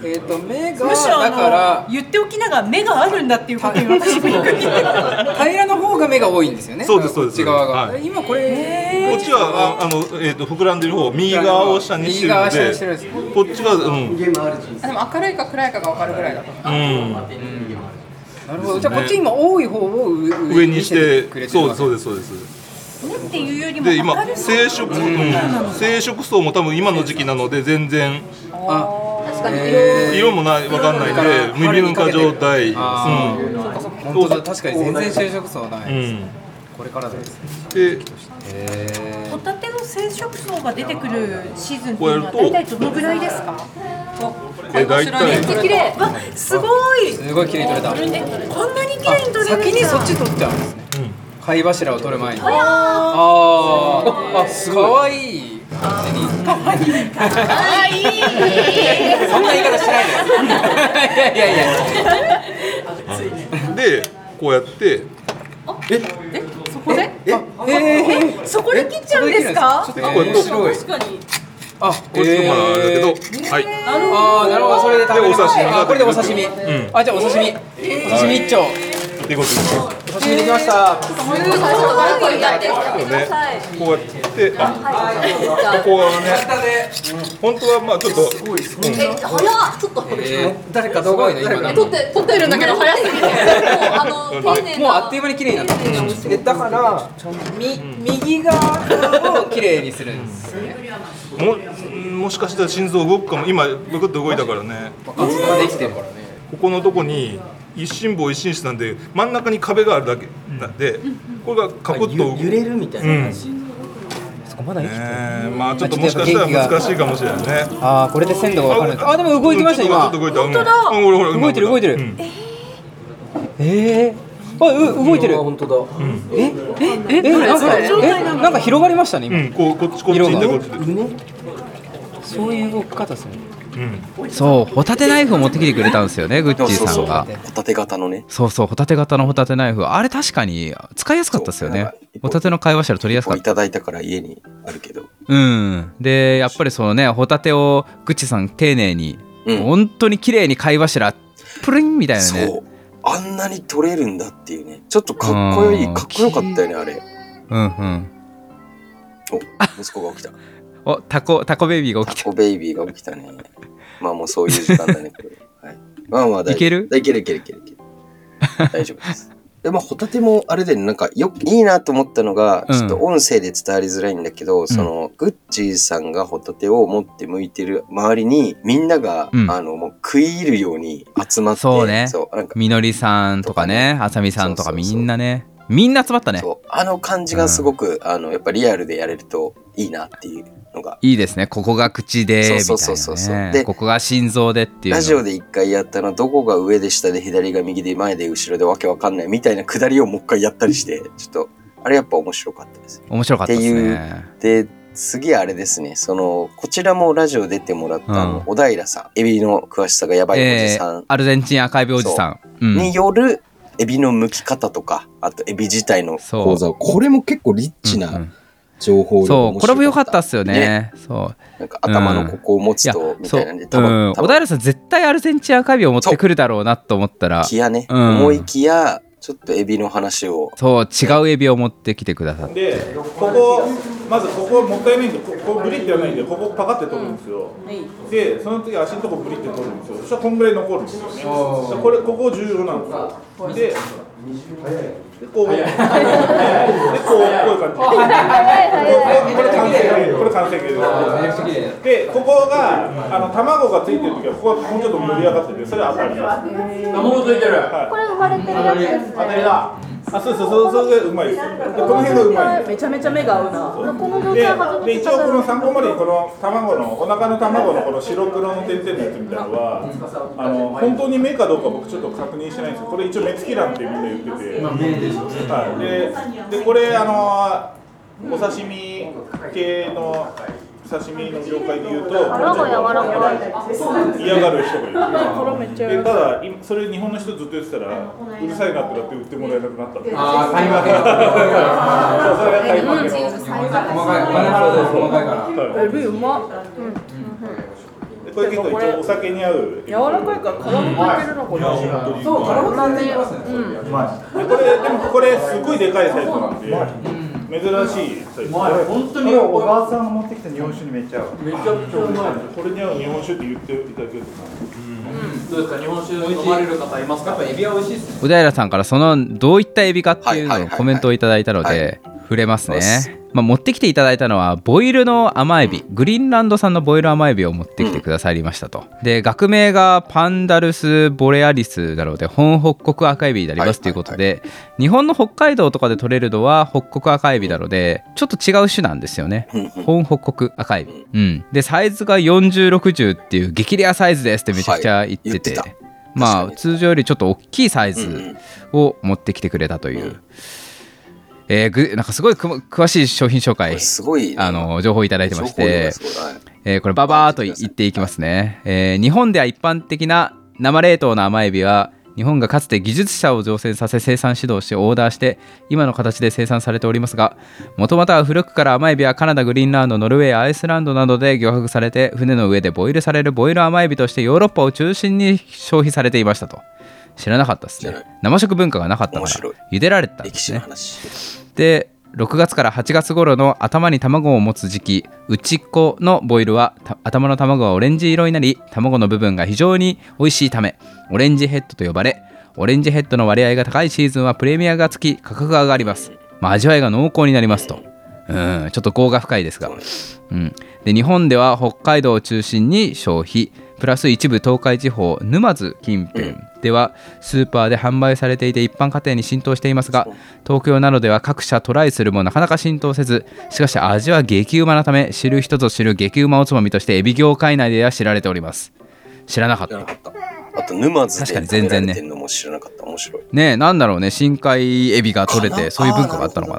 [SPEAKER 3] えっと目がだから
[SPEAKER 1] 言っておきながら目があるんだっていうことに私 <laughs> びっくり
[SPEAKER 3] 平らの方が目が多いんですよね。
[SPEAKER 16] そうですそうです
[SPEAKER 3] こっち側が。
[SPEAKER 16] はい
[SPEAKER 3] 今これ、
[SPEAKER 16] こっちはああの、えー、と膨らんでる方右側を下にしてるの
[SPEAKER 3] 右側を下にしてるん
[SPEAKER 16] で
[SPEAKER 3] です
[SPEAKER 16] こっちがうん、うん、
[SPEAKER 13] あでも明るいか暗いかがわかるぐらいだと。
[SPEAKER 3] なるほど。じゃあこっち今多い方を上
[SPEAKER 16] 上にし
[SPEAKER 3] 見せ
[SPEAKER 16] て
[SPEAKER 3] くれてる
[SPEAKER 16] そう
[SPEAKER 3] わ
[SPEAKER 16] で
[SPEAKER 3] け
[SPEAKER 16] すそうですそうです
[SPEAKER 1] 目っていうよりも
[SPEAKER 16] で今
[SPEAKER 1] 明るさ
[SPEAKER 16] 生殖、うん、生殖層も多分今の時期なので全然
[SPEAKER 3] あ、
[SPEAKER 1] 確かに
[SPEAKER 3] えー
[SPEAKER 16] 色もないわかんないんで無理ぬか状態、
[SPEAKER 3] あ
[SPEAKER 16] うん
[SPEAKER 3] ー本当だ確かに全然就職層な
[SPEAKER 16] う
[SPEAKER 3] い。
[SPEAKER 16] ん、
[SPEAKER 3] これからです。
[SPEAKER 16] で
[SPEAKER 1] ホタテの生殖層が出てくるシーズンって
[SPEAKER 16] こう
[SPEAKER 1] いう
[SPEAKER 16] やる
[SPEAKER 1] のは
[SPEAKER 16] と
[SPEAKER 1] 大体どのぐらいですか
[SPEAKER 16] え大
[SPEAKER 1] め
[SPEAKER 16] 体
[SPEAKER 1] っちゃ綺麗わすごい
[SPEAKER 3] すごい綺麗に取れた。
[SPEAKER 1] えこんなに綺麗に撮れるんだ
[SPEAKER 3] 先にそっち取っちゃうんですね。
[SPEAKER 16] うん
[SPEAKER 3] 貝柱を取る前に。あ
[SPEAKER 1] あ
[SPEAKER 3] あ、あ、すごい。可愛い感じに。
[SPEAKER 1] あいい
[SPEAKER 3] そんな言い方しないで。いやいやいや。
[SPEAKER 16] でこうやってえ
[SPEAKER 1] そこでえそこで切っちゃうんですか
[SPEAKER 16] ちょっとこうやっと
[SPEAKER 1] 確かに
[SPEAKER 16] あこっちのものあれだけど、はい。
[SPEAKER 12] あーなるほどそれで食べれ
[SPEAKER 16] でお刺身
[SPEAKER 12] あーこれでお刺身、
[SPEAKER 16] うん
[SPEAKER 12] あじゃあお刺身、お刺身一丁、
[SPEAKER 16] ってことですよ
[SPEAKER 12] お刺身できました
[SPEAKER 16] ね。こうやって、あ、ここがね、本当はまあちょっと、うん
[SPEAKER 1] え早っちょっと
[SPEAKER 12] 誰か動画ね今
[SPEAKER 1] 撮って撮ってるんだけど早すぎてもうあの丁寧
[SPEAKER 12] もう
[SPEAKER 1] な
[SPEAKER 12] あっという間に綺麗になった、でだからみ右側を綺麗にするんですよね
[SPEAKER 16] ももしかしたら心臓動くかも今ブクッと動いたからね
[SPEAKER 12] できてるからね
[SPEAKER 16] ここのとこに一心棒一心室なんで真ん中に壁があるだけなんで、これがカクッと揺れるみた
[SPEAKER 12] いな話、
[SPEAKER 16] そこまだ生きてまあちょっともしかしたら難しいかもしれないね
[SPEAKER 12] あーこれで鮮度が分かるあでも動いてました
[SPEAKER 16] ちょっ
[SPEAKER 12] 今
[SPEAKER 16] と動いた
[SPEAKER 12] 本当だ
[SPEAKER 16] うんほらほら
[SPEAKER 12] 動いてる動いてるえーあう動いてる本当だえええなんかえなんか広がりましたね今
[SPEAKER 16] こうこっちこっち
[SPEAKER 12] 色が
[SPEAKER 16] こっち
[SPEAKER 12] そういう動き方する
[SPEAKER 3] そうホタテナイフを持ってきてくれたんですよねグッチーさんが
[SPEAKER 4] そうそうそうホタテ型のね
[SPEAKER 3] そうそうホタテ型のホタテナイフあれ確かに使いやすかったですよねホタテの貝柱取りやすか
[SPEAKER 4] こ
[SPEAKER 3] っ
[SPEAKER 4] う
[SPEAKER 3] た
[SPEAKER 4] いただいたから家にあるけど
[SPEAKER 3] うん、でやっぱりそのねホタテをグッチさん丁寧に、
[SPEAKER 4] うん
[SPEAKER 3] 本当に綺麗に貝柱プリンみたいなね
[SPEAKER 4] そうあんなに取れるんだっていうねちょっとかっこよい
[SPEAKER 3] うん
[SPEAKER 4] かっこよかったよねあれ
[SPEAKER 3] うんうん
[SPEAKER 4] お息子が起きた
[SPEAKER 3] おタコタコベイビーが起き
[SPEAKER 4] てタコベイビーが起きたねまあもうそういう時間だね
[SPEAKER 3] <laughs>
[SPEAKER 4] これ、はい、まあまあ大丈夫
[SPEAKER 3] いける
[SPEAKER 4] いけるいけるいけるいける大丈夫ですでまあホタテもあれでなんかよいいなと思ったのが、
[SPEAKER 3] うん
[SPEAKER 4] ちょっと音声で伝わりづらいんだけど、そのグッチーさんがホタテを持って向いてる周りにみんなが、
[SPEAKER 3] うん
[SPEAKER 4] あのもう食い入るように集まって
[SPEAKER 3] そうね
[SPEAKER 4] そうなんか
[SPEAKER 3] みのりさんとかねあさみさんとかみんなねみんな集まったね
[SPEAKER 4] あの感じがすごく、あのやっぱリアルでやれるといいなっていうのが
[SPEAKER 3] いいですねここが口でみたいな、ね、
[SPEAKER 4] そうそうそうそうそうで
[SPEAKER 3] ここが心臓でっていうの
[SPEAKER 4] ラジオで一回やったのどこが上で下で左が右で前で後ろでわけわかんないみたいなくだりをもう一回やったりしてちょっとあれやっぱ面白かったです
[SPEAKER 3] 面白かったですね
[SPEAKER 4] で次あれですねそのこちらもラジオ出てもらった、あ
[SPEAKER 3] うん
[SPEAKER 4] の小平さんエビの詳しさがやばいおじ
[SPEAKER 3] え
[SPEAKER 4] さん、
[SPEAKER 3] ー、アルゼンチン赤いびおじさんう、ん、
[SPEAKER 4] によるエビの剥き方とかあとエビ自体の
[SPEAKER 3] そう
[SPEAKER 4] 講座これも結構リッチな情報量が
[SPEAKER 3] そう
[SPEAKER 4] 面
[SPEAKER 3] こ
[SPEAKER 4] 白
[SPEAKER 3] れ
[SPEAKER 4] い
[SPEAKER 3] も良かったっすよね
[SPEAKER 4] ね
[SPEAKER 3] そう
[SPEAKER 4] なんか頭のここを持つと、みたいなね
[SPEAKER 3] そう、うん、小平さん絶対アルゼンチン赤いびを持ってくるだろうなと思ったら
[SPEAKER 4] 気やね、
[SPEAKER 3] うん
[SPEAKER 4] 思いきやちょっとエビの話を
[SPEAKER 3] そう違うエビを持ってきてくださって
[SPEAKER 10] でここまずここもったいないんでここブリってやらないんでここパカって取るんですよ、でその次足のとこブリって取るんですよそしたらこんぐらい残るんですよねこれここ重要なんですよででこうでこうこういう感じこうこれ完成形これ完成形ですでここがあの卵がついてる時はここがもうちょっと盛り上がっててそれは当たりです卵ついてる、はい、これ生まれてるやつです、当たりだあそうそうそうそれがうまいですでこの辺がうまい
[SPEAKER 1] めちゃめちゃ目が合うなこの状
[SPEAKER 10] で
[SPEAKER 1] 態が
[SPEAKER 10] で一応この参考までにこの卵のお腹の卵のこの白黒の点々のやつみたいなのはあの本当に目かどうか僕ちょっと確認してないんですけどこれ一応目つき欄ってみんな言ってて、はい、ででこれあのお刺身系の刺身の業界で言うと
[SPEAKER 1] 卵柔らかい
[SPEAKER 10] 嫌がる人がいる
[SPEAKER 1] これめっちゃ柔ら
[SPEAKER 10] でた
[SPEAKER 1] かい
[SPEAKER 10] だ今それ日本の人ずっと言ってたらうるさいなってなって売ってもらえなくなったって
[SPEAKER 12] あータイム分け
[SPEAKER 10] <laughs> そうそれがタイム分
[SPEAKER 1] エ
[SPEAKER 10] け
[SPEAKER 1] ビうまうん
[SPEAKER 10] でこれ結構一応お酒に合う
[SPEAKER 1] 柔らかいから体もいけるなこれそう体も完全にますね
[SPEAKER 10] でこれでもこれすごいでかいサイズなんで珍しいサイズ
[SPEAKER 17] 本当におばあさんが持ってきた日本酒にめっちゃ合う
[SPEAKER 10] めちゃくちゃうまいこれに合う日本酒って言っていただけるとどうですか日本酒飲まれる方いますかやっぱエビは美味しいですね
[SPEAKER 3] 小平さんからそのどういったエビかっていうのをコメントをいただいたので触れます
[SPEAKER 4] そうっす
[SPEAKER 3] ね、まあ、持ってきていただいたのはボイルの甘エビグリーンランド産のボイル甘エビを持ってきてくださりましたと、で学名がパンダルス・ボレアリスなので本北国赤エビになりますということで、日本の北海道とかで取れるのは北国赤エビなのでちょっと違う種なんですよね本北国赤エビ、うん、でサイズが4060っていう激レアサイズですってめちゃくちゃ言ってて,、まあ通常よりちょっと大きいサイズを持ってきてくれたという、えーぐなんかすごいくま詳しい商品紹介
[SPEAKER 4] すごい、
[SPEAKER 3] あの情報をいただいてまし
[SPEAKER 4] 情報量
[SPEAKER 3] て
[SPEAKER 4] がすごいはい
[SPEAKER 3] えーこれババーっと言っていきますね、えー日本では一般的な生冷凍の甘エビは日本がかつて技術者を造船させ生産指導しオーダーして今の形で生産されておりますが元々は古くから甘エビはカナダグリーンランドノルウェーアイスランドなどで漁獲されて船の上でボイルされるボイル甘エビとしてヨーロッパを中心に消費されていましたと知らなかったですね生食文化がなかったから茹でられてたんですねで6月から8月頃の頭に卵を持つ時期内っ子のボイルはた頭の卵はオレンジ色になり卵の部分が非常に美味しいためオレンジヘッドと呼ばれオレンジヘッドの割合が高いシーズンはプレミアがつき価格が上がります、まあ、味わいが濃厚になりますとうんちょっと業が深いですが、うん、で日本では北海道を中心に消費プラス一部東海地方沼津近辺ではスーパーで販売されていて一般家庭に浸透していますが東京などでは各社トライするもなかなか浸透せずしかし味は激うまなため知る人ぞ知る激うまおつまみとしてエビ業界内では知られております知らなかった
[SPEAKER 4] あと沼津で
[SPEAKER 3] 確かに全然ね
[SPEAKER 4] 食べられてんのも知らなかった面白い
[SPEAKER 3] ねえなんだろうね深海エビが取れてそういう文化があったのかな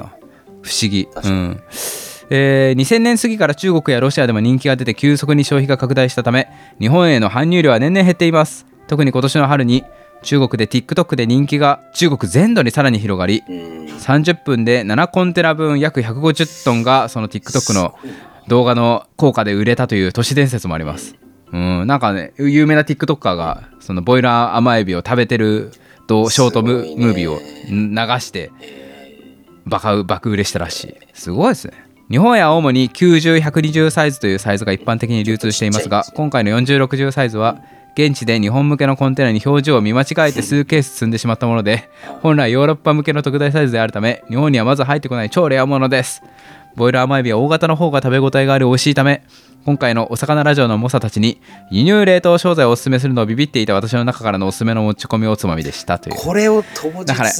[SPEAKER 3] 不思議うんえー2000年過ぎから中国やロシアでも人気が出て急速に消費が拡大したため日本への搬入量は年々減っています特に今年の春に中国で TikTok で人気が中国全土にさらに広がり30分で7コンテナ分約150トンがその TikTok の動画の効果で売れたという都市伝説もありますうん、なんかね有名な TikToker がそのボイラー甘エビを食べてるとショートム,、ムービーを流してバカ爆売れしたらしいすごいですね日本や主に90120サイズというサイズが一般的に流通していますが今回の4060サイズは現地で日本向けのコンテナに表示を見間違えて数ケース積んでしまったもので本来ヨーロッパ向けの特大サイズであるため日本にはまず入ってこない超レアものですボイル甘エビは大型の方が食べ応えがあり美味しいため今回のお魚ラジオの猛者たちに輸入冷凍商材をおすすめするのをビビっていた私の中からのおすすめの持ち込みおつまみでしたという
[SPEAKER 4] これを当日
[SPEAKER 3] だから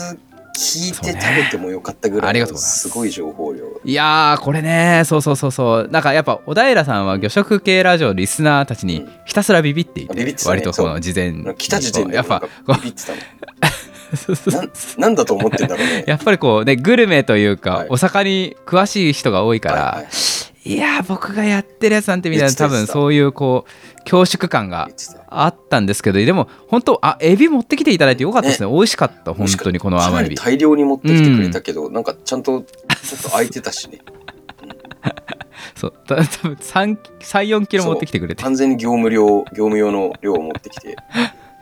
[SPEAKER 4] 聞いて食べてもよかったぐらい、ありがとうございます。すごい情報量。
[SPEAKER 3] いやーこれねそうそうそうそうなんかやっぱ小平さんは魚食系ラジオリスナーたちにひたすらビビっていて,、
[SPEAKER 4] てたね
[SPEAKER 3] 割とその事前に
[SPEAKER 4] 来た時点で
[SPEAKER 3] やっぱ
[SPEAKER 4] ビビってたの。ななんだと思ってんだろう
[SPEAKER 3] <laughs>
[SPEAKER 4] ね。
[SPEAKER 3] やっぱりこうねグルメというか、お魚に詳しい人が多いから、いやー僕がやってるやつなんてみたいな多分そういうこう恐縮感があったんですけどでも本当あエビ持ってきていただいてよかったですね美味しかった本当にこの
[SPEAKER 4] か
[SPEAKER 3] 甘
[SPEAKER 4] な
[SPEAKER 3] エ
[SPEAKER 4] り
[SPEAKER 3] ビ
[SPEAKER 4] 大量に持ってきてくれたけど、なんかちゃんとちょっと空いてた
[SPEAKER 3] <laughs>
[SPEAKER 4] しね。
[SPEAKER 3] そうた多分3 34キロ持ってきてくれて
[SPEAKER 4] 完全に業務量業務用の量を持ってきて。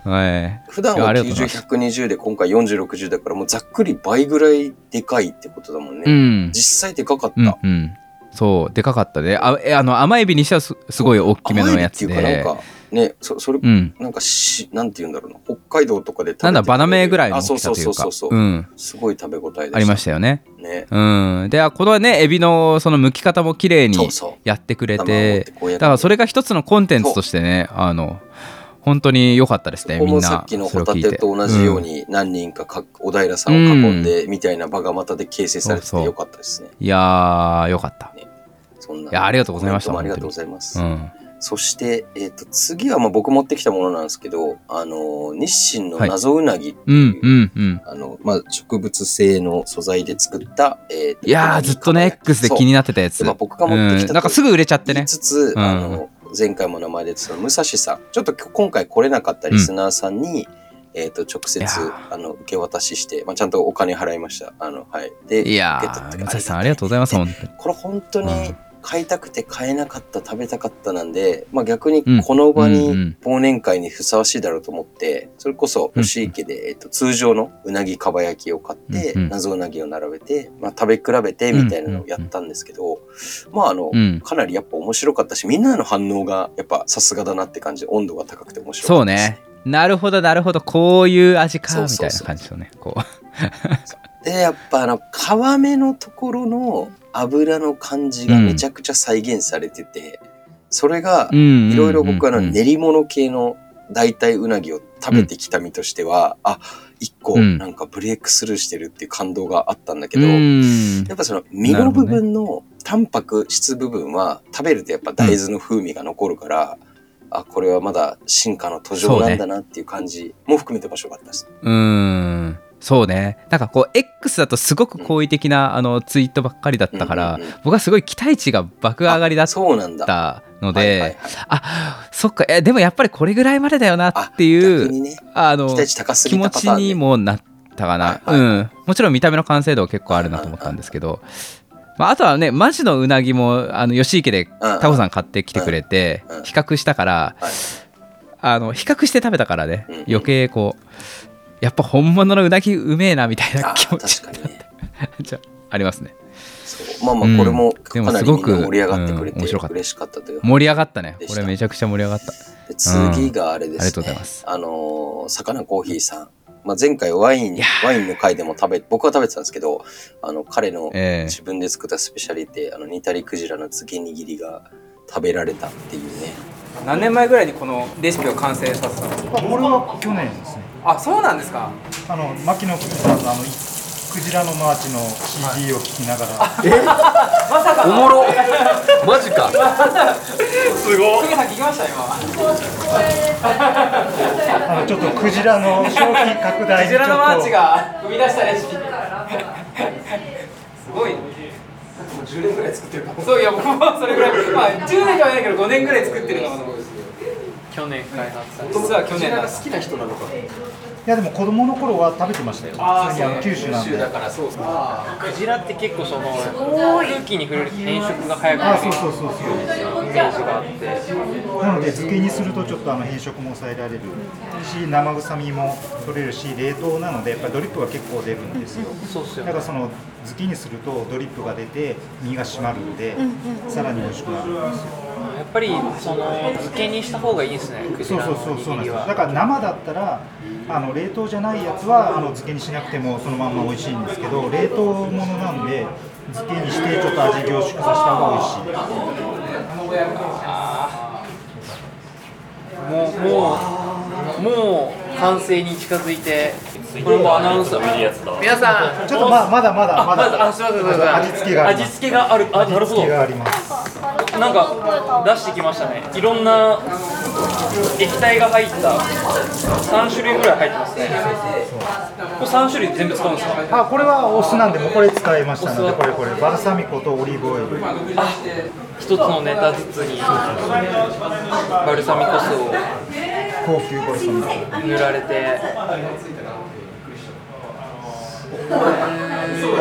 [SPEAKER 3] はい
[SPEAKER 4] 普段
[SPEAKER 3] いやあ
[SPEAKER 4] は
[SPEAKER 3] りがとうございます
[SPEAKER 4] 90120で今回4060だからもうざっくり倍ぐらいでかいってことだもんね。
[SPEAKER 3] うん
[SPEAKER 4] 実際でかかった。
[SPEAKER 3] うんうんそうでかかったであえあの甘エビにしてはすすごい大きめのやつ
[SPEAKER 4] 甘エビってい
[SPEAKER 3] で
[SPEAKER 4] うかなんかね、そそれ、
[SPEAKER 3] うん
[SPEAKER 4] なんかし、なんて言うんだろうな、北海道とかで食べて
[SPEAKER 3] なんだバナメぐらいの
[SPEAKER 4] あ
[SPEAKER 3] 大
[SPEAKER 4] そう
[SPEAKER 3] き
[SPEAKER 4] そ
[SPEAKER 3] さ
[SPEAKER 4] う
[SPEAKER 3] とい
[SPEAKER 4] そ
[SPEAKER 3] か
[SPEAKER 4] ううそうそう、
[SPEAKER 3] うん
[SPEAKER 4] すごい食べ応えで
[SPEAKER 3] ありましたよね
[SPEAKER 4] ね
[SPEAKER 3] うんであこのねエビのその剥き方も綺麗にやってくれてだからそれが一つのコンテンツとしてねあの本当に良かったですね
[SPEAKER 4] こ
[SPEAKER 3] みん
[SPEAKER 4] の
[SPEAKER 3] な
[SPEAKER 4] さっきの
[SPEAKER 3] それ
[SPEAKER 4] ホ
[SPEAKER 3] を
[SPEAKER 4] タ
[SPEAKER 3] 聞い
[SPEAKER 4] テ
[SPEAKER 3] て
[SPEAKER 4] と同じように何人かか小平さんを囲んでみたいな場がまたで形成されててよかったですね。
[SPEAKER 3] いやーよかった
[SPEAKER 4] そんない
[SPEAKER 3] やありがとうございました
[SPEAKER 4] コメントもありがとうございます。
[SPEAKER 3] うん
[SPEAKER 4] そして、えっと次はまあ僕持ってきたものなんですけど、あの日清の謎うなぎ、
[SPEAKER 3] うんうんうん
[SPEAKER 4] あのまあ、植物性の素材で作った、えーと
[SPEAKER 3] いやーずっとね X で気になってたやつ
[SPEAKER 4] でまあ僕が持ってきた
[SPEAKER 3] うんなんかすぐ売れちゃってね
[SPEAKER 4] つつ、あの前回も名前でその武蔵さんちょっと今回来れなかったリスナーさんに、えー、と直接あの受け渡しして、まあ、ちゃんとお金払いましたあのはいで
[SPEAKER 3] いや
[SPEAKER 4] 受け取って
[SPEAKER 3] ー武蔵さんありがとうございます本当に
[SPEAKER 4] これ本当に買いたくて買えなかった食べたかったなんで、まあ、逆にこの場
[SPEAKER 3] うんう
[SPEAKER 4] に
[SPEAKER 3] ん
[SPEAKER 4] 忘年会にふさわしいだろうと思ってそれこそ吉池で、えっと通常のうなぎかば焼きを買って、
[SPEAKER 3] うんうん
[SPEAKER 4] 謎うなぎを並べて、まあ、食べ比べてみたいなのをやったんですけど、まああの、
[SPEAKER 3] うん
[SPEAKER 4] かなりやっぱ面白かったしみんなの反応がやっぱさすがだなって感じで温度が高くて面白い
[SPEAKER 3] そうねなるほどなるほどこういう味かみたいな感じのねこ
[SPEAKER 4] でやっぱあの皮目のところの油の感じがめちゃくちゃ再現されてて、それが
[SPEAKER 3] うんうんうんうん
[SPEAKER 4] いろいろ僕あの練り物系の代替うなぎを食べてきた身としては、あ一個
[SPEAKER 3] うん
[SPEAKER 4] なんかブレイクスルーしてるっていう感動があったんだけ
[SPEAKER 3] う
[SPEAKER 4] ど、
[SPEAKER 3] うん
[SPEAKER 4] やっぱその身の部分のタンパク質部分は食べるとやっぱ大豆の風味が残るから、あこれはまだ進化の途上なんだなっていう感じも含めて面白かったです。
[SPEAKER 3] うーんそうねなんかこう X だとすごく好意的な、あのツイートばっかりだったから、僕はすごい期待値が爆上がりだったのであそっかえでもやっぱりこれぐらいまでだよなっていうあ、の
[SPEAKER 4] 期待値高す
[SPEAKER 3] 気
[SPEAKER 4] ぎ
[SPEAKER 3] 持
[SPEAKER 4] たパ
[SPEAKER 3] ち
[SPEAKER 4] ターンね
[SPEAKER 3] にもなったかな、うん、もちろん見た目の完成度は結構あるなと思ったんですけど、まあ、あとはねマジのうなぎもあの吉池でタコさん買ってきてくれて比較したから、あの比較して食べたからね余計こうやっぱ本物のうなぎうめえなみたいな気持ちになって、じゃあありますね
[SPEAKER 4] まあまあこれも
[SPEAKER 3] うん
[SPEAKER 4] かなりみんな盛り上がってくれて
[SPEAKER 3] 面白かった
[SPEAKER 4] 嬉しかったという
[SPEAKER 3] 盛り上がったね
[SPEAKER 4] でし
[SPEAKER 3] こ
[SPEAKER 4] た
[SPEAKER 3] れめちゃくちゃ盛り上がった
[SPEAKER 4] で次があれ
[SPEAKER 3] うんあり
[SPEAKER 4] で
[SPEAKER 3] が
[SPEAKER 4] す
[SPEAKER 3] とうござい
[SPEAKER 4] ね
[SPEAKER 3] ます、
[SPEAKER 4] あのー魚コーヒーさん、まあ、前回ワインワインの回でも食べ僕は食べてたんですけどあの彼の
[SPEAKER 3] ええ
[SPEAKER 4] 自分で作ったスペシャリティあの煮たりクジラの漬け握りが食べられたっていうね
[SPEAKER 2] 何年前ぐらいにこのレシピを完成させたんですか
[SPEAKER 10] これは去年ですね
[SPEAKER 2] あそうなんですか
[SPEAKER 10] あの牧野久美さんのあのいクジラのマーチの CD を聴きながら、
[SPEAKER 2] まさか
[SPEAKER 10] おも
[SPEAKER 2] <laughs>
[SPEAKER 10] ろ
[SPEAKER 2] マジ <laughs> かすごいさん聞きました今
[SPEAKER 10] あのちょっとクジラの消費拡大
[SPEAKER 2] ク
[SPEAKER 10] に
[SPEAKER 2] ジ
[SPEAKER 10] ちょ
[SPEAKER 2] ラ
[SPEAKER 10] っと
[SPEAKER 2] のマーチが生み出したレシピすごい10年ぐらい作ってるかもそういや僕もそれぐらい、まあ、10年ではないけど5年ぐらい作ってるかも去年開発され実は去年だ好きな人なのか
[SPEAKER 10] いやでも子供の頃は食べてましたよ普通にあの九州なんで
[SPEAKER 2] からそう
[SPEAKER 12] クジラって結構その空気に触れると変色が早くなる
[SPEAKER 10] あそうそうそうそう
[SPEAKER 12] イメージがあって
[SPEAKER 10] なので漬けにするとちょっとあの変色も抑えられるし生臭みも取れるし冷凍なのでやっぱりドリップが結構出るんですよだからその漬けにするとドリップが出て身が締まるんで
[SPEAKER 12] うんうんうん
[SPEAKER 10] さらに美味しくなるんですよ
[SPEAKER 12] やっぱりその漬けにした方がいいんですねクジ
[SPEAKER 10] そう
[SPEAKER 12] ラ
[SPEAKER 10] そ
[SPEAKER 12] の
[SPEAKER 10] うそうそう
[SPEAKER 12] 握
[SPEAKER 10] なん
[SPEAKER 12] り
[SPEAKER 10] ですよ
[SPEAKER 12] は
[SPEAKER 10] だから生だったらあの冷凍じゃないやつはあの漬けにしなくてもそのまんま美味しいんですけど冷凍ものなんで漬けにしてちょっと味凝縮させた方が美味しい
[SPEAKER 12] もうもうもう完成に近づいてこれもアナウンサー皆さん
[SPEAKER 10] ちょっとままだまだまだ
[SPEAKER 12] あすいませんすいません
[SPEAKER 10] 味付けがあります
[SPEAKER 12] 味付けがあるあなるほど
[SPEAKER 10] 味付けがあります
[SPEAKER 12] なんか出してきましたねいろんな液体が入った3種類ぐらい入ってますねこれ3種類全部使うんですか
[SPEAKER 10] あこれはお酢なんでもうこれ使いましたのでこれこれバルサミコとオリーブオイル
[SPEAKER 12] 一つのネタずつにバルサミコ酢を
[SPEAKER 10] 高級バルサミコ
[SPEAKER 12] 塗られてすごい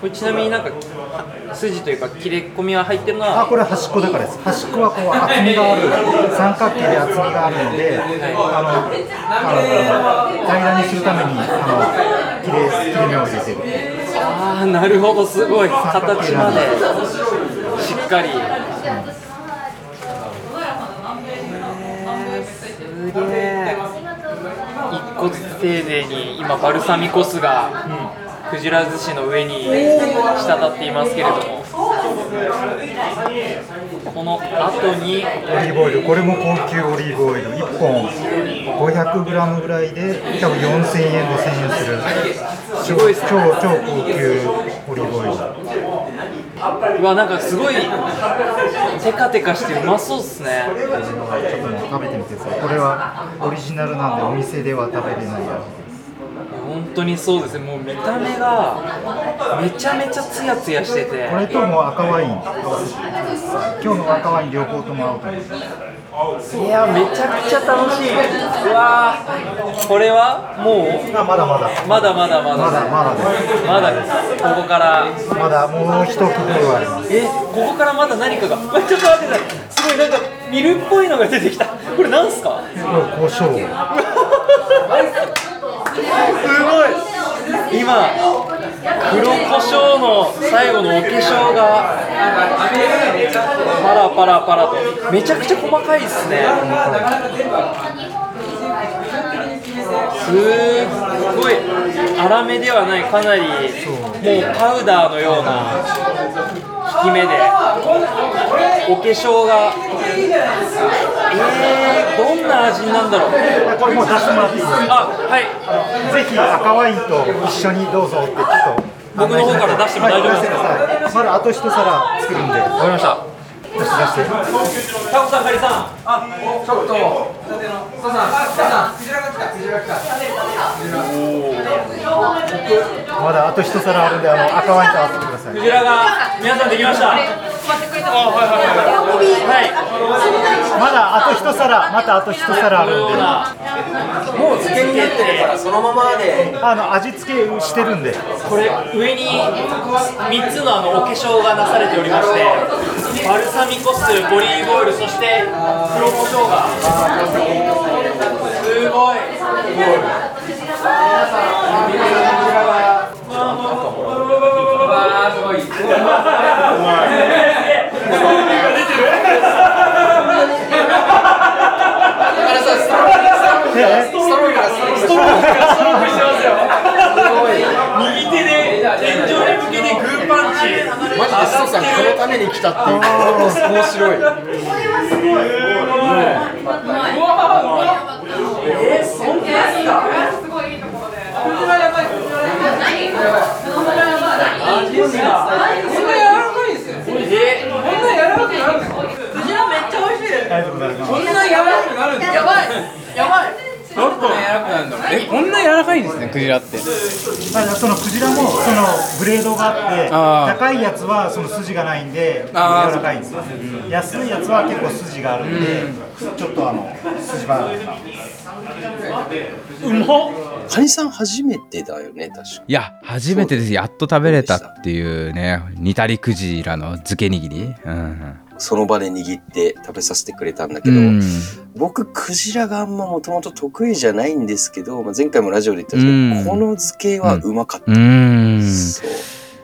[SPEAKER 12] これちなみになんか筋というか切れ込みは入ってるのは
[SPEAKER 10] あこれ端っこだからです端っこはこう厚みがある三角形で厚みがあるのであのあの平らにするためにあの切れ切れ目を入れてる
[SPEAKER 12] ああなるほどすごい形までしっかり一個ずつ丁寧に今バルサミコ酢がクジラ寿司の上に滴っていますけれどもこの後に
[SPEAKER 10] オリーブオイルこれも高級オリーブオイル1本 500g ぐらいで多分4000円5000円する
[SPEAKER 12] すごいっすね
[SPEAKER 10] 超超超高級オリーブオイル
[SPEAKER 12] うわなんかすごいテカテカしてうまそうっすね
[SPEAKER 10] ちょっとね食べてみてくださいこれはオリジナルなんでお店では食べれないや
[SPEAKER 12] 本当にそうですねもう見た目がめちゃめちゃツヤツヤしてて
[SPEAKER 10] つこれとも赤ワイン合わせて今日の赤ワイン両方とも合うと思う
[SPEAKER 12] いやめちゃくちゃ楽しいうわーこれはもう
[SPEAKER 10] まだまだ
[SPEAKER 12] まだまだまだまだ
[SPEAKER 10] まだ
[SPEAKER 12] まだですここから
[SPEAKER 10] まだもう一工夫あります
[SPEAKER 12] えここからまだ何かが <laughs> うわちょっと待ってくださいすごいなんかミルっぽいのが出てきたこれなんすか
[SPEAKER 10] 胡椒
[SPEAKER 12] すごい今黒胡椒の最後のお化粧がパラパラパラとめちゃくちゃ細かいですねすっごい粗めではないかなりもうパウダーのような効き目でお化粧がえー、どんな味なんだろう
[SPEAKER 10] これもう出してもらっていいですか
[SPEAKER 12] あはい
[SPEAKER 10] ぜひ赤ワインと一緒にどうぞってちょっと僕の方から出しても大丈夫ですか、はい、まだあと一皿作るんでわかりました出して出して
[SPEAKER 12] タコさんカリさんあ
[SPEAKER 1] ちょっと佐々木さん佐々木さんクジラが来たクジラが来たクジラ
[SPEAKER 10] まだあと一皿あるんで、あの赤ワインと合わせてください。
[SPEAKER 12] クジラが皆さんできました。
[SPEAKER 10] まだあと一皿、またあと一皿あるんで。
[SPEAKER 18] もう漬けになってるからそのままで
[SPEAKER 10] あの味付けしてるんで。
[SPEAKER 12] これ上に3つのあのお化粧がなされておりましてバルサミコ酢オリーブオイルそして黒胡椒がすごい
[SPEAKER 2] わーすごい。ストローがストローがス
[SPEAKER 19] え
[SPEAKER 2] トロークしてますよ。右手で天井に向けてグーパンチ。
[SPEAKER 20] マジでスーさんこのために来たっていう面白い
[SPEAKER 2] えー、そんなやつだ。すごいいいところで。これはやばい。これはやばい。これはやばい。これはやばい。これはやばい。こんな柔らかくなるの？クジラめっちゃ美味しい。こんな柔らかくなるんだ。やばい。やばい。どっと柔らかくなるんだ。
[SPEAKER 3] えこんな柔らかいんですねクジラって
[SPEAKER 10] まあ、そのクジラもそのグレードが
[SPEAKER 3] あー
[SPEAKER 10] あって高いやつはその筋がないんで柔
[SPEAKER 3] あー
[SPEAKER 10] らかいんですよ安いやつは結構筋があるんで、ちょっとあの筋ばらな
[SPEAKER 4] うまカニさん初めてだよね、確か。
[SPEAKER 3] いや初めてですやっと食べれたっていうね煮たりクジラの漬け握りうん
[SPEAKER 4] その場で握って食べさせてくれたんだけど、
[SPEAKER 3] うん
[SPEAKER 4] 僕、クジラがあんまもともと得意じゃないんですけど、まあ、前回もラジオで言ったんですけど、
[SPEAKER 3] うん
[SPEAKER 4] この漬けはうまかった。
[SPEAKER 3] うーん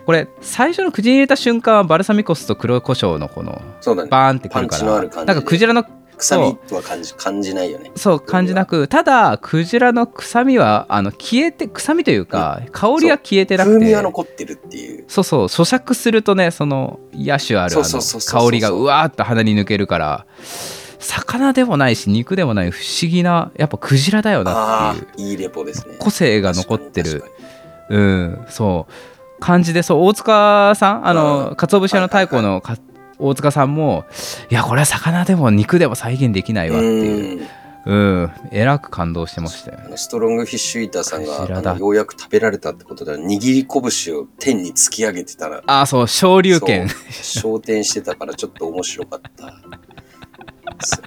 [SPEAKER 3] これ最初のくじに入れた瞬間はバルサミコ酢と黒胡椒のこの
[SPEAKER 4] そうだね。
[SPEAKER 3] バーンってくるか
[SPEAKER 4] パンチのあ
[SPEAKER 3] ら
[SPEAKER 4] る感じで
[SPEAKER 3] なんかクジラの
[SPEAKER 4] 臭
[SPEAKER 3] そう
[SPEAKER 4] みとは感じ感じないよね。
[SPEAKER 3] そう感じなくただクジラの臭みはあの消えて臭みというか香りは消えてなくて
[SPEAKER 4] 風味は残ってるっていう。
[SPEAKER 3] そうそう咀嚼するとねその野手あるあ
[SPEAKER 4] そ
[SPEAKER 3] の
[SPEAKER 4] うそうそうそうそう
[SPEAKER 3] 香りがうわーっと鼻に抜けるから魚でもないし肉でもない不思議なやっぱクジラだよなっ
[SPEAKER 4] あ
[SPEAKER 3] ていう
[SPEAKER 4] あ、いいレポですね。
[SPEAKER 3] 個性が残ってるうんそう感じでそう大塚さんあの鰹節屋の太古のか大塚さんもいやこれは魚でも肉でも再現できないわっていううんえらく感動してましたよ
[SPEAKER 4] あのストロングフィッシュイーターさんが
[SPEAKER 3] クジラ
[SPEAKER 4] あ
[SPEAKER 3] だ
[SPEAKER 4] のようやく食べられたってことで、握り拳を天に突き上げてたら、
[SPEAKER 3] ああそう昇竜拳
[SPEAKER 4] そう焦点してたからちょっと面白かったです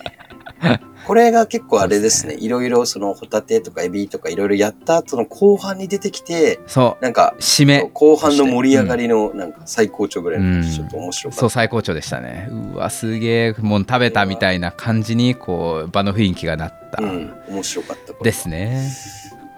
[SPEAKER 4] ね。これが結構あれですね、いろいろそのホタテとかエビとかいろいろやった後の後半に出てきて、
[SPEAKER 3] そう
[SPEAKER 4] なんか
[SPEAKER 3] 締め
[SPEAKER 4] 後半の盛り上がりのなんか最高潮ぐらいのちょっと面白か
[SPEAKER 3] そ
[SPEAKER 4] っ
[SPEAKER 3] う最高潮でしたねうわすげえもう食べたみたいな感じにこう場の雰囲気がなった
[SPEAKER 4] た。うん、面白かった。
[SPEAKER 3] ですね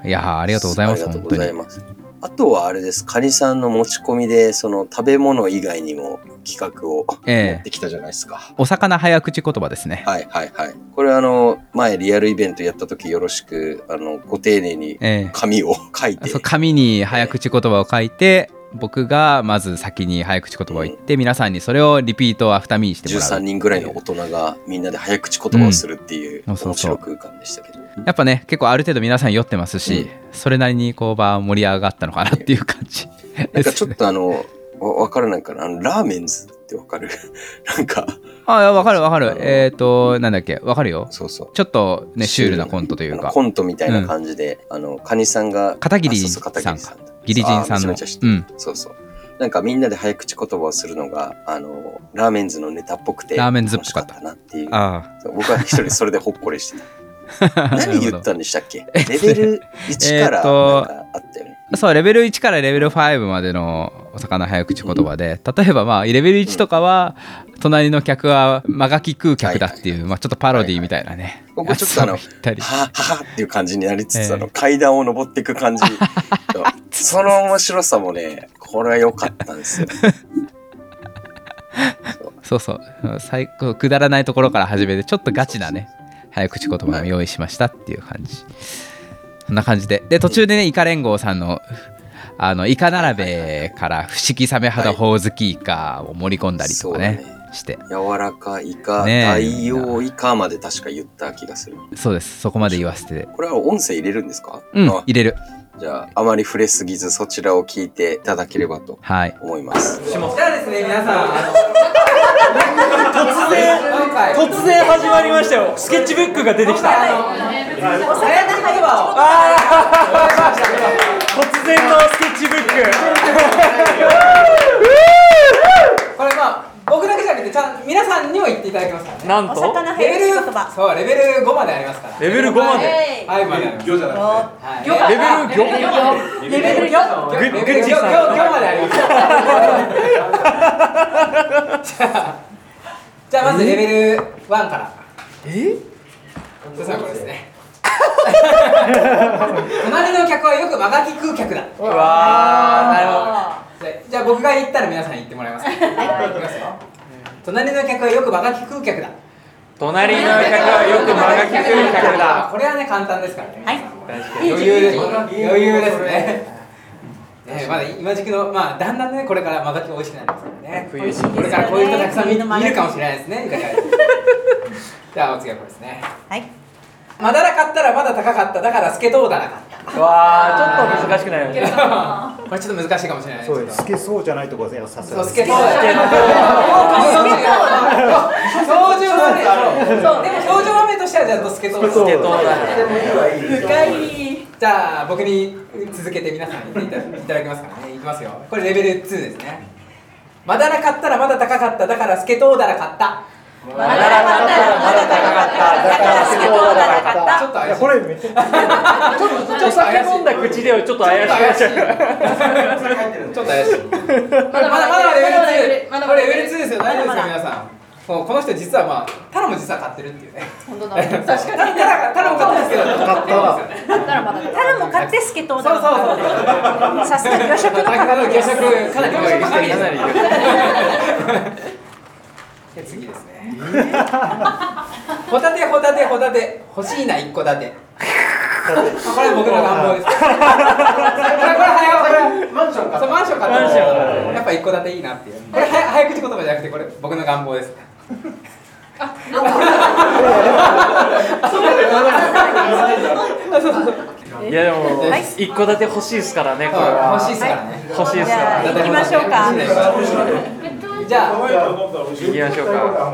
[SPEAKER 3] いやーありがとうございます
[SPEAKER 4] ありがと
[SPEAKER 3] 本当
[SPEAKER 4] うござい
[SPEAKER 3] に
[SPEAKER 4] ます。あとはあれです、カニさんの持ち込みで、その食べ物以外にも企画を
[SPEAKER 3] ええ
[SPEAKER 4] 持ってきたじゃないですか。
[SPEAKER 3] お魚早口言葉ですね
[SPEAKER 4] はいはいはい。これあの、前リアルイベントやった時よろしく、あの、ご丁寧に
[SPEAKER 3] ええ
[SPEAKER 4] 紙を書いて、
[SPEAKER 3] そう紙に早口言葉を書いて僕がまず先に早口言葉を言って皆さんにそれをリピートアフターミーしてもら
[SPEAKER 4] 13
[SPEAKER 3] う
[SPEAKER 4] 人ぐらいの大人がみんなで早口言葉をするっていう
[SPEAKER 3] うん
[SPEAKER 4] 面
[SPEAKER 3] そうそう
[SPEAKER 4] 白い空間でしたけど。
[SPEAKER 3] やっぱね結構ある程度皆さん酔ってますしそれなりにこう場盛り上がったのかなっていう感じ
[SPEAKER 4] なんかちょっとあの、わわからないかな、あの、ラーメンズってわかる <laughs> なんか、
[SPEAKER 3] あいやわかるわかるえっ、となんだっけわかるよ
[SPEAKER 4] そうそう
[SPEAKER 3] ちょっとねシュールなコントというか
[SPEAKER 4] コントみたいな感じで、あの、カニさんが、
[SPEAKER 3] 片桐
[SPEAKER 4] あそうそう片
[SPEAKER 3] さん
[SPEAKER 4] 桐
[SPEAKER 3] かギリジンさん
[SPEAKER 4] あ
[SPEAKER 3] の
[SPEAKER 4] ーめちゃめちゃ知って
[SPEAKER 3] う
[SPEAKER 4] る
[SPEAKER 3] ん
[SPEAKER 4] そうそう。なんかみんなで早口言葉をするのが、あの、ラーメンズのネタっぽくて、
[SPEAKER 3] ラーメンズっぽかった
[SPEAKER 4] 楽しなっていう。
[SPEAKER 3] あ
[SPEAKER 4] そう僕は一人それでほっこりし
[SPEAKER 3] <laughs>
[SPEAKER 4] てた。何言ったんでしたっけレベル1から、
[SPEAKER 3] えーっとそうレベル1からレベル5までのお魚早口言葉で例えばまあレベル1とかは隣の客は間がき食う客だっていうまあちょっとパロディーみたいなね
[SPEAKER 4] 僕ちょっとあの、
[SPEAKER 3] や
[SPEAKER 4] は
[SPEAKER 3] つを言ったり
[SPEAKER 4] あはあっていう感じになりつつ、あの、階段を登っていく
[SPEAKER 3] <laughs>
[SPEAKER 4] 感じ。そうその面白さもね、これは良かったん
[SPEAKER 3] <laughs>
[SPEAKER 4] ですよ。
[SPEAKER 3] そうそう最高くだらないところから始めてちょっとガチなね早口言葉も用意しましたっていう感じそんな感じでで途中でねイカ連合さんのあのイカ並べから不思議サメ肌ほおずきイカを盛り込んだりとかねして
[SPEAKER 4] 柔らかイカ、
[SPEAKER 3] ねえ
[SPEAKER 4] 大洋イカまで確か言った気がする。
[SPEAKER 3] そうですそこまで言わせて
[SPEAKER 4] これは音声入れるんですか
[SPEAKER 3] うん入れる
[SPEAKER 4] じゃあ、あまり触れすぎず、そちらを聞いていただければと
[SPEAKER 3] はい
[SPEAKER 4] 思います。
[SPEAKER 1] じゃあですね皆さん
[SPEAKER 12] 突然突然始まりましたよスケッチブックが出てきた
[SPEAKER 1] お魚の言葉を
[SPEAKER 12] 突然のスケッチブック
[SPEAKER 3] これまあ僕だけじゃなくてちゃん皆さんにも言っていただきますからね
[SPEAKER 12] なんとお魚
[SPEAKER 3] レベルそうレベル5までありますから
[SPEAKER 12] レベル5まで
[SPEAKER 3] はいまであります魚じゃなくて
[SPEAKER 12] レベ
[SPEAKER 3] 魚レベル
[SPEAKER 12] ル
[SPEAKER 3] 魚
[SPEAKER 12] グッグ
[SPEAKER 3] レベ
[SPEAKER 12] ッ
[SPEAKER 3] ル
[SPEAKER 12] チ
[SPEAKER 3] 魚
[SPEAKER 12] さん
[SPEAKER 3] 魚魚までありますじゃ
[SPEAKER 12] <laughs>
[SPEAKER 3] あまずレベル1から
[SPEAKER 12] え
[SPEAKER 3] そしたらこれですね <laughs> 隣の客はよく間がき食う客だ
[SPEAKER 12] うわ
[SPEAKER 3] なるほどじゃあ僕が言ったら皆さん言ってもらいます。はい、きますよ。隣の客はよくバカき食う客だ。
[SPEAKER 12] 隣の客はよく間が利く客だ
[SPEAKER 3] これはね簡単ですからね。はい。
[SPEAKER 12] に
[SPEAKER 3] 余裕です。余裕ですね。 <laughs> ね、まだ今時期のまあだんだんねこれからマガキ美味しくなりますから <laughs> ね。
[SPEAKER 12] 冬時期
[SPEAKER 3] これからこういう人たくさん見見るかもしれないですね。いかがです <laughs> かじゃあお次はこれですね。はい。まだらかったらまだ高かっただからスケトウダラかった。
[SPEAKER 12] わあちょっと難しくなりました
[SPEAKER 3] <laughs> た。これちょっと難しいかもしれないです
[SPEAKER 10] そうです。透けそうじゃないところでさす
[SPEAKER 3] そ
[SPEAKER 10] が
[SPEAKER 3] う
[SPEAKER 10] です
[SPEAKER 3] スケトウだよ。表情はね、そうでも表情は目としてはじゃあスケトウだ。
[SPEAKER 12] スケトウだ
[SPEAKER 3] 深い。じゃあ僕に続けて皆さん言っていたいただきますからね。いきますよ。これレベル2ですね。まだらかったらまだ高かっただからスケトウだらかった。まだらかったらまだ高かっただからスケトウだらかった。ちょっと怪しい。これめっちゃちょっとちょ
[SPEAKER 12] お
[SPEAKER 3] っと怪し
[SPEAKER 12] 酒飲んだ口ではちょっと怪しくなっちゃう
[SPEAKER 3] い。ちょっと怪しい。まだまだまだレベル2。これレベル2ですよ。大丈夫ですよ皆さん。もうこの人実はまあタラも実は買ってるっていうね。
[SPEAKER 1] 本当だ。
[SPEAKER 3] 確かにタラタラも買ってるんですけど。買ったわ。
[SPEAKER 1] タラも買ってスケトウだ。
[SPEAKER 3] そうそうそう。
[SPEAKER 1] さすが
[SPEAKER 3] さすが魚
[SPEAKER 1] 魚食の
[SPEAKER 3] 食かなり魚食してる。
[SPEAKER 12] かなり魚
[SPEAKER 3] で次ですね。ホタテホタテホタテ欲しいな一個だて。あこれ僕の願望です。これこれ早いこれマンション買った。マンション買った。やっぱ一個だていいなっていう。これ早早口言葉じゃなくてこれ僕の願望です。
[SPEAKER 12] いやでも
[SPEAKER 3] はい
[SPEAKER 12] 一戸建て欲しいですからねこれは
[SPEAKER 3] 欲しいですからね
[SPEAKER 12] 欲しいですから
[SPEAKER 3] じゃあ行きましょうかじゃあ
[SPEAKER 12] 行きましょうか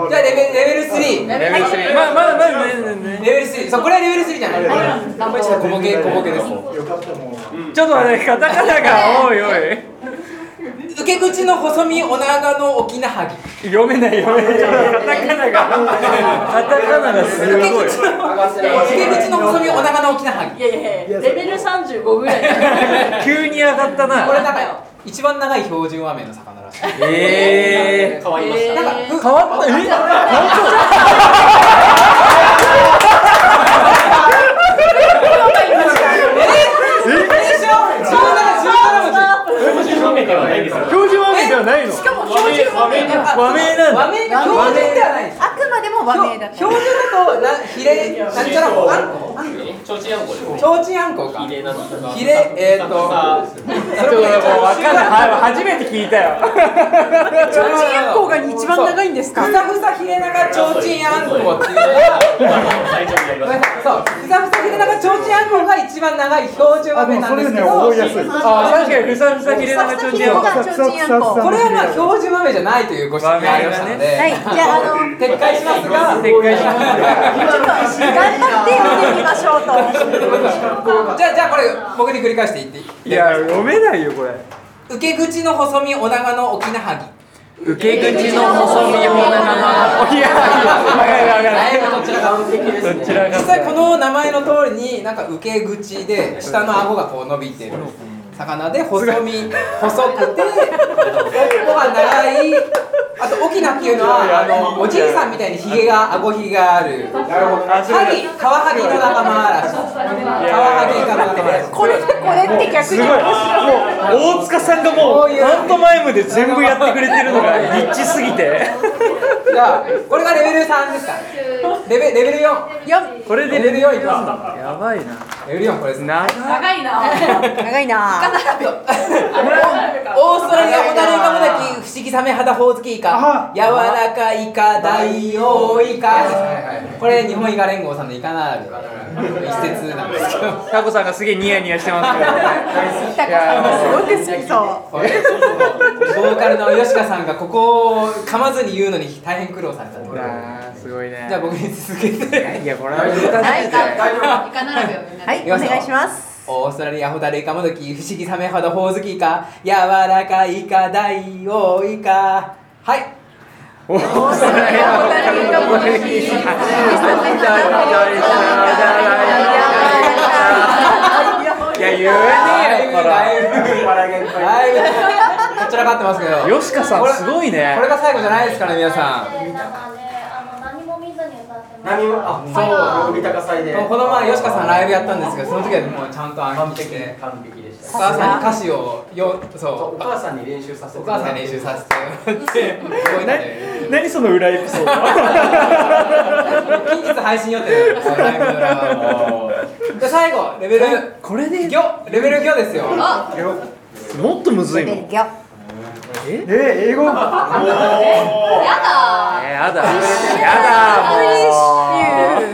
[SPEAKER 3] じゃあレベレベル3
[SPEAKER 12] レベル3まあまだまだ全然ね
[SPEAKER 3] レベル3そうこれはレベル3じゃないこれちょっと小ボケ小ボケです
[SPEAKER 12] ちょっと待ってカタカナが多いおい
[SPEAKER 3] 受け口の細身お長の沖なはぎ
[SPEAKER 12] 読めない読めないカタカナがカタカナがすごい
[SPEAKER 3] 受け口の細身お長の沖なはぎ
[SPEAKER 1] いやいやいやレベル三十五ぐらい。
[SPEAKER 12] 急に上がったな
[SPEAKER 3] これ長いよ一番長い標準和名の魚らしい
[SPEAKER 12] えー
[SPEAKER 3] 変わりましたなんか
[SPEAKER 12] 変わったえ
[SPEAKER 21] 標準和名ではないの
[SPEAKER 1] しかも標準和名だ
[SPEAKER 21] 和名なんだ
[SPEAKER 3] 和名が標準ではないです
[SPEAKER 1] あくまでも和名だった。
[SPEAKER 3] 標準だとなヒレなんちゃらもあんこ
[SPEAKER 22] ちょうちんあんこで
[SPEAKER 3] ちょうちんあんこか
[SPEAKER 22] ヒレなんです
[SPEAKER 3] ヒレえーっと
[SPEAKER 12] ちょっともう分かんないはい初めて聞いたよ
[SPEAKER 3] ちょうちんあんこが一番長いんですか。ふさふさひれ長ちょうちんあんこっていうのが。そう、ふさふさひれ長ちょうちんあんこが一番長い標準和名なんですけど。
[SPEAKER 12] あもうそれね覚えやすいあ確かにふさふさひれ長ちょうちんあんこ
[SPEAKER 3] ふさふさひれ長ちょうちんあんここれはまあ標準和名じゃないというご指摘がありましたので。
[SPEAKER 1] はい、じゃあ、あの、
[SPEAKER 3] 撤回しますが。
[SPEAKER 12] 撤回します
[SPEAKER 1] 頑張って見てみましょう
[SPEAKER 3] じゃあじゃあこれ僕に繰り返していっていい
[SPEAKER 12] いや読めないよこれ
[SPEAKER 3] 受け口の細身お長の沖なはぎ
[SPEAKER 12] 受け口の細身もなおぎや
[SPEAKER 3] どちらが
[SPEAKER 12] どちら
[SPEAKER 3] 実
[SPEAKER 12] が
[SPEAKER 3] 際この名前の通りになんか受け口で下の顎がこう伸びてる魚で細身細くて尾が長いあと沖縄っていうのはあのおじいさんみたいにひげが顎ひげがあるハギカワハギの仲間嵐カワハギが仲間嵐これ
[SPEAKER 1] これって逆
[SPEAKER 12] す
[SPEAKER 1] に
[SPEAKER 12] ごいもう大塚さんがもうパントマイムで全部やってくれてるのがニッチすぎて
[SPEAKER 3] じゃあこれがレベル3ですからレベレベル4
[SPEAKER 12] これで
[SPEAKER 3] レベル4いきます
[SPEAKER 12] やばいな
[SPEAKER 3] レベル4これです
[SPEAKER 12] 長い
[SPEAKER 1] 長いな。長いな。
[SPEAKER 3] オーストラリアホタルイカモダキ不思議サメ肌ホオズキイカ柔らかイカ大王イカこれ日本イカ連合さんのイカ並びの一節なんですけど
[SPEAKER 12] タコさんがすげえニヤニヤしてますけど
[SPEAKER 1] タコさんもすごく好きそう。
[SPEAKER 3] これボーカルの吉川さんがここを噛まずに言うのに大変苦労されたところ
[SPEAKER 12] すごいね
[SPEAKER 3] じゃあ僕に続けて
[SPEAKER 12] いやこれは難しいですね
[SPEAKER 1] はい、お願いします。
[SPEAKER 9] オーストラリアホタルイカモドキ不思議サメほどほおずきイカ柔らかいイカ大王イカはいオーストラリアホタルイカモドキイカいや言うねえよこれはいこちらかってますけど
[SPEAKER 12] よしかさん
[SPEAKER 9] これ
[SPEAKER 12] すごいね
[SPEAKER 9] これが最後じゃないですから皆さん何もあそ
[SPEAKER 20] 三
[SPEAKER 9] う
[SPEAKER 20] 鷹祭で
[SPEAKER 9] この前吉川さんライブやったんですけどその時はもうちゃんと暗記してて
[SPEAKER 20] 完璧でし
[SPEAKER 9] お
[SPEAKER 20] た
[SPEAKER 9] 母さんに歌詞をよそう
[SPEAKER 20] お母さんに練習させて
[SPEAKER 9] お母さんに練習させてもら
[SPEAKER 12] <laughs>
[SPEAKER 9] って覚えてて
[SPEAKER 12] 何その裏エピソード
[SPEAKER 9] <laughs> 近日配信予定なんですよライブの裏はで最後レベル
[SPEAKER 12] これで
[SPEAKER 9] 魚レベル魚ですよ
[SPEAKER 23] あ
[SPEAKER 12] もっとむずいもん
[SPEAKER 23] ギャ
[SPEAKER 12] ええ英語
[SPEAKER 23] やだ
[SPEAKER 12] えやだやだもう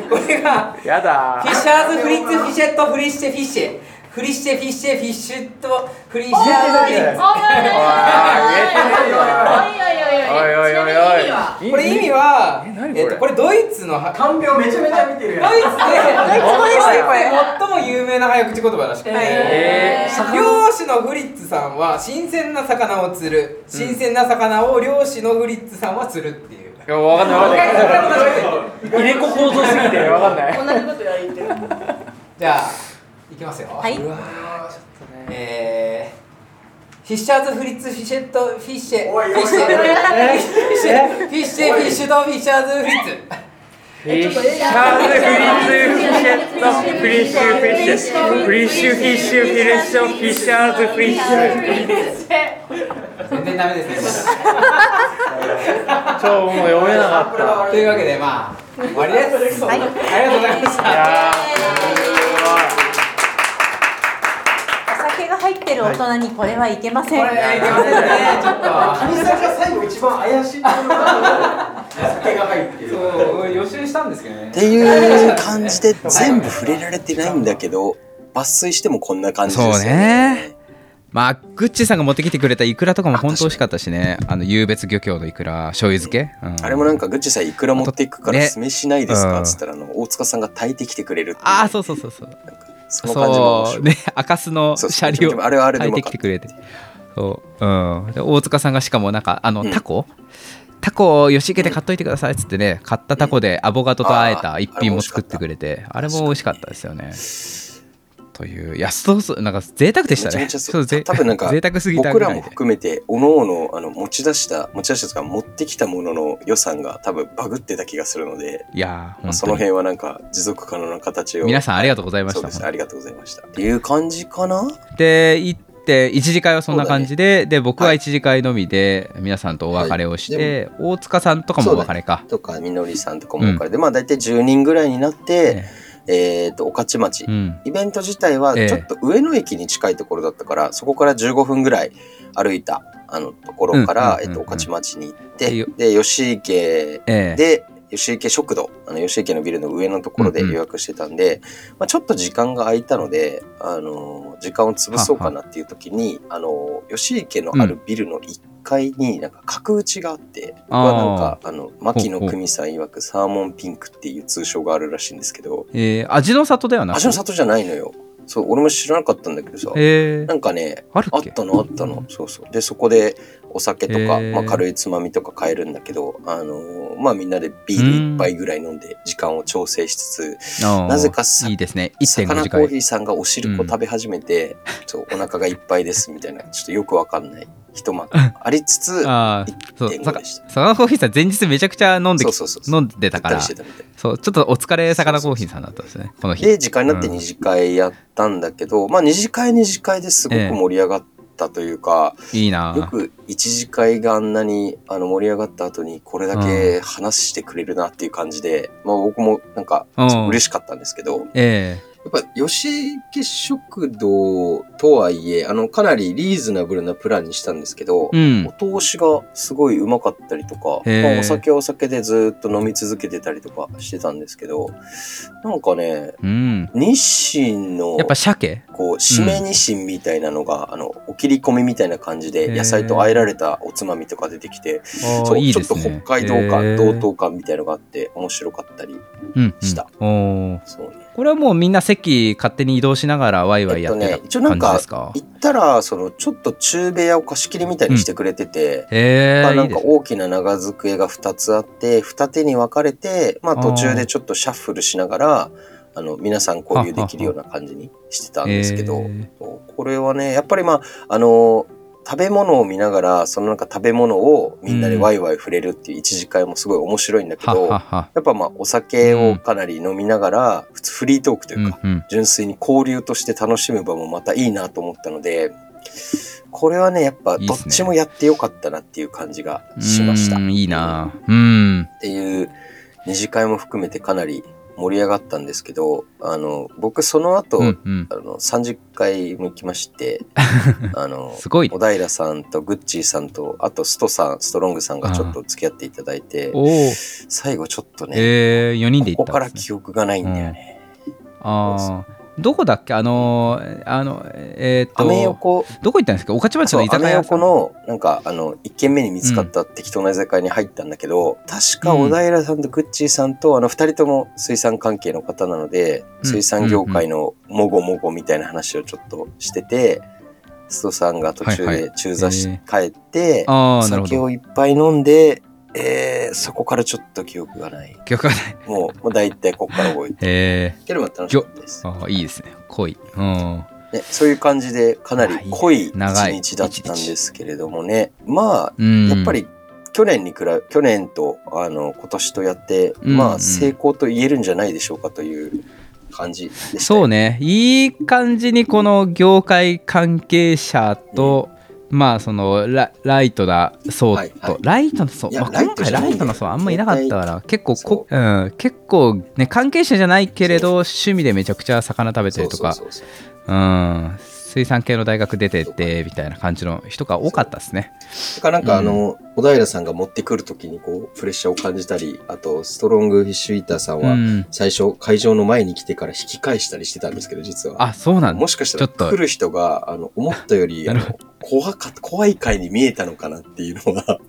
[SPEAKER 9] これが
[SPEAKER 12] やだ
[SPEAKER 9] フィッシャーズフリッツフィシェットフリッシェフィッシェフリッシェフィッシェフィッシュットフリッシャーズフリッツこれ意味は、えっと、これドイツのは
[SPEAKER 20] 看病めちゃめちゃ見てるやん
[SPEAKER 9] ドイツで
[SPEAKER 20] ドイツ語ですよこれ
[SPEAKER 9] 最も有名な早口言葉らしくて、
[SPEAKER 20] へ
[SPEAKER 9] 漁師のフリッツさんは新鮮な魚を釣る新鮮な魚を漁師のフリッツさんは釣るっていう
[SPEAKER 12] いやわかんないわかんない入れ子構造すぎてわかんない
[SPEAKER 9] じことやってるじゃあいきますよ
[SPEAKER 23] はいう
[SPEAKER 9] わーちょっとねえーフィッシャーズフリッツフィシェットフィッシェフィッシェフィッシェフィッシェフィッシュとフィッシャーズフリッツ
[SPEAKER 12] フィッシャーズフリッツフィッシェットフリッシュフィッシュフリッシュフィッシュフィッシュフィッシャーズフリッシュ
[SPEAKER 9] 全然ダメ <laughs> ですね
[SPEAKER 12] 超もう読めなかった
[SPEAKER 9] というわけでまあ終わりです、
[SPEAKER 23] はい
[SPEAKER 9] ありがとうございました
[SPEAKER 23] お酒が入ってる大人にこれはいけません。これ
[SPEAKER 9] いけませんねちょっと
[SPEAKER 20] 神さんが最後一番怪しいところが酒が入ってる
[SPEAKER 9] そう予習したんですけどね
[SPEAKER 4] っていう感じで全部触れられてないんだけど抜粋してもこんな感じですよ
[SPEAKER 3] そうねまあグッチさんが持ってきてくれたイクラとかも本当美味しかったしねあの湧別漁協のイクラ醤油漬け、うん
[SPEAKER 4] あれもなんかグッチさんいくら持っていくから
[SPEAKER 3] ね
[SPEAKER 4] 酢飯ないですか
[SPEAKER 3] うん
[SPEAKER 4] っつったらあの大塚さんが炊いてきてくれるって
[SPEAKER 3] ああそうそうそうそう
[SPEAKER 4] その感じも面白い
[SPEAKER 3] そうね <laughs> 赤須のシャリ
[SPEAKER 4] で
[SPEAKER 3] を
[SPEAKER 4] もあれはあれで
[SPEAKER 3] 書い
[SPEAKER 4] も
[SPEAKER 3] てきてくれてそう、うん、で大塚さんがしかもなんかあのタコ、タコを吉池で買っといてくださいっつってね買ったタコでアボカドとあえた一品も作ってくれてあれも美味しかったですよねといういやそうそうなんか贅沢でしたねそうぜ
[SPEAKER 4] 多分なんか
[SPEAKER 3] <laughs> 贅沢すぎた
[SPEAKER 4] 僕
[SPEAKER 3] ぐ
[SPEAKER 4] ら
[SPEAKER 3] らい
[SPEAKER 4] も
[SPEAKER 3] で
[SPEAKER 4] 含めておのおのあの持ち出した持ち出したとか持ってきたものの予算が多分バグってた気がするので
[SPEAKER 3] いやー
[SPEAKER 4] まあ
[SPEAKER 3] 本
[SPEAKER 4] その
[SPEAKER 3] 当に
[SPEAKER 4] 辺はなんか持続可能な形を
[SPEAKER 3] 皆さんありがとうございました
[SPEAKER 4] そうですありがとうございましたっていう感じかな
[SPEAKER 3] で行って一次会はそんな感じで、で僕は一次会のみで皆さんとお別れをして、大塚さんとかもお別れか
[SPEAKER 4] とかみのりさんとかもお別れで、まあ大体10人ぐらいになって、えー、と御徒町、イベント自体は
[SPEAKER 3] ええ
[SPEAKER 4] ちょっと上野駅に近いところだったから、そこから15分ぐらい歩いたあのところから、えっと御徒町に行って、で吉池
[SPEAKER 3] え
[SPEAKER 4] で、吉池食堂あの吉池のビルの上のところで予約してたんで、まあ、ちょっと時間が空いたので、あの時間を潰そうかなっていう時にあの吉池のあるビルの1階になんか角打ちがあって、僕はなんか
[SPEAKER 3] あー
[SPEAKER 4] あの牧野久美さん曰くサーモンピンクっていう通称があるらしいんですけど
[SPEAKER 3] えー味の里ではなく
[SPEAKER 4] 味の里じゃないのよそう俺も知らなかったんだけどさ、
[SPEAKER 3] へー
[SPEAKER 4] なんかねあったのあったの、そうそうでそこでお酒とか、
[SPEAKER 3] へー
[SPEAKER 4] まあ、軽いつまみとか買えるんだけど、あのーまあ、みんなでビール1杯ぐらい飲んで時間を調整しつつ
[SPEAKER 3] あー
[SPEAKER 4] なぜかさ
[SPEAKER 3] いいですね1.5
[SPEAKER 4] 魚
[SPEAKER 3] 次
[SPEAKER 4] コー
[SPEAKER 3] 会
[SPEAKER 4] ヒーさんがお汁粉食べ始めて、そうお腹がいっぱいですみたいなちょっとよくわかんない一幕ありつつ
[SPEAKER 3] ああそうさかサカナコーヒーさん前日めちゃくちゃ飲んでき飲んでたから
[SPEAKER 4] ぐったりしてたみ
[SPEAKER 3] そうちょっとお疲れサカナコーヒーさんだったんですねこの日
[SPEAKER 4] で時間になって
[SPEAKER 3] う
[SPEAKER 4] 二
[SPEAKER 3] ん
[SPEAKER 4] 次会やったんだけど、まあ二次会二次会ですごく盛り上がったというか、
[SPEAKER 3] いいな
[SPEAKER 4] よく一次会があんなにあの盛り上がった後にこれだけ話してくれるなっていう感じで、まあ僕もなんか
[SPEAKER 3] うん
[SPEAKER 4] 嬉しかったんですけど、や
[SPEAKER 3] え
[SPEAKER 4] っぱ吉池食堂とはいえあのかなりリーズナブルなプランにしたんですけど、
[SPEAKER 3] うん
[SPEAKER 4] お通しがすごいうまかったりとか、
[SPEAKER 3] へー
[SPEAKER 4] まあお酒はお酒でずっと飲み続けてたりとかしてたんですけどなんかね
[SPEAKER 3] えうん
[SPEAKER 4] 日清の
[SPEAKER 3] やっぱ鮭
[SPEAKER 4] こう締めにしんみたいなのが、あのお切り込みみたいな感じ
[SPEAKER 3] へ
[SPEAKER 4] で
[SPEAKER 3] ー
[SPEAKER 4] 野菜とあえられたおつまみとか出てきて、
[SPEAKER 3] あー
[SPEAKER 4] そう
[SPEAKER 3] いい
[SPEAKER 4] ちょ
[SPEAKER 3] で
[SPEAKER 4] っと
[SPEAKER 3] すね
[SPEAKER 4] 北海道
[SPEAKER 3] へ
[SPEAKER 4] 感
[SPEAKER 3] ー
[SPEAKER 4] 道東感みたいのがあって面白かったり
[SPEAKER 3] うんした、うん、おー
[SPEAKER 4] そうね
[SPEAKER 3] これはもうみんな席勝手に移動しながらワイワイやって
[SPEAKER 4] 一応
[SPEAKER 3] た
[SPEAKER 4] なん
[SPEAKER 3] 感じ
[SPEAKER 4] か
[SPEAKER 3] ですか、
[SPEAKER 4] 行ったらそのちょっと中部屋を貸し切りみたいにしてくれてて、
[SPEAKER 3] へー
[SPEAKER 4] まあ、ない
[SPEAKER 3] い
[SPEAKER 4] ん
[SPEAKER 3] で
[SPEAKER 4] か大きな長机が2つあって二手に分かれて、まあ、途中でちょっとシャッフルしながらあの皆さん交流できるような感じにしてたんですけど、これはねやっぱりまああの食べ物を見ながらそのなんか食べ物をみんなでワイワイ触れるっていう一時会もすごい面白いんだけど、
[SPEAKER 3] はは
[SPEAKER 4] や
[SPEAKER 3] は
[SPEAKER 4] っぱまあお酒をかなり飲みながら、普通フリートークというか
[SPEAKER 3] うん
[SPEAKER 4] 純粋に交流として楽しむ場もまたいいなと思ったのでこれはねやっぱどっちもやってよかったなっていう感じがしました
[SPEAKER 3] うーんいいなうん
[SPEAKER 4] っていう二次会も含めてかなり盛り上がったんですけどあの僕その後、
[SPEAKER 3] うんうん
[SPEAKER 4] あの30回も行きまして
[SPEAKER 3] <laughs>
[SPEAKER 4] あの小平さんとグッチーさんとあとストさんストロングさんがちょっと付き合っていただいて
[SPEAKER 3] おお
[SPEAKER 4] 最後ちょっとね、
[SPEAKER 3] えー、4人で行
[SPEAKER 4] こ
[SPEAKER 3] った
[SPEAKER 4] こから記憶がないんだよね、
[SPEAKER 3] ああどこだっけあのーあのえーっと
[SPEAKER 4] アメ横
[SPEAKER 3] どこ行ったんですか御徒町の居酒
[SPEAKER 4] そうアメ
[SPEAKER 3] 屋
[SPEAKER 4] 横のなんかあの1軒目に見つかった適当な居酒屋に入ったんだけど、確か小平さんとグッチーさんとあの2人とも水産関係の方なので、
[SPEAKER 3] うん
[SPEAKER 4] 水産業界のもごもごみたいな話をちょっとしてて、須藤さんが途中
[SPEAKER 3] はいは
[SPEAKER 4] で
[SPEAKER 3] い
[SPEAKER 4] 中座し、
[SPEAKER 3] え
[SPEAKER 4] 帰って
[SPEAKER 3] あーなるほど
[SPEAKER 4] 酒をいっぱい飲んで、えーそこからちょっと記憶がない
[SPEAKER 3] 記憶がない
[SPEAKER 4] もうもう大体ここから覚えて
[SPEAKER 3] えー、
[SPEAKER 4] けども楽しかったです
[SPEAKER 3] あーいいですね濃いうん
[SPEAKER 4] ね、そういう感じでかなり濃い一
[SPEAKER 3] 長い
[SPEAKER 4] 日だったんですけれどもねまあ、
[SPEAKER 3] うん
[SPEAKER 4] やっぱり去年に比べ去年とあの今年とやって、
[SPEAKER 3] うん
[SPEAKER 4] ま
[SPEAKER 3] うん
[SPEAKER 4] あ成功と言えるんじゃないでしょうかという感じでし
[SPEAKER 3] そうねいい感じにこの業界関係者と、まあそのラライトな層と、ライトな層、まあ、今回ライトな層あんまいなかったから結構こう、ん、結構ね関係者じゃないけれど趣味でめちゃくちゃ魚食べたりとか
[SPEAKER 4] そうそう
[SPEAKER 3] うん水産系の大学出ててみたいな感じの人が多かったですね。
[SPEAKER 4] だからなんかあの、小平さんが持ってくる時にこうプレッシャーを感じたりあとストロングフィッシュイーターさん
[SPEAKER 3] う
[SPEAKER 4] は
[SPEAKER 3] ん
[SPEAKER 4] 最初会場の前に来てから引き返したりしてたんですけど実は
[SPEAKER 3] あそうなんだ
[SPEAKER 4] もしかしたら
[SPEAKER 3] ちょっと
[SPEAKER 4] 来る人があの思った
[SPEAKER 3] <laughs>
[SPEAKER 4] よりあの怖か怖い回に見えたのかなっていうの
[SPEAKER 3] <laughs>
[SPEAKER 4] はなんか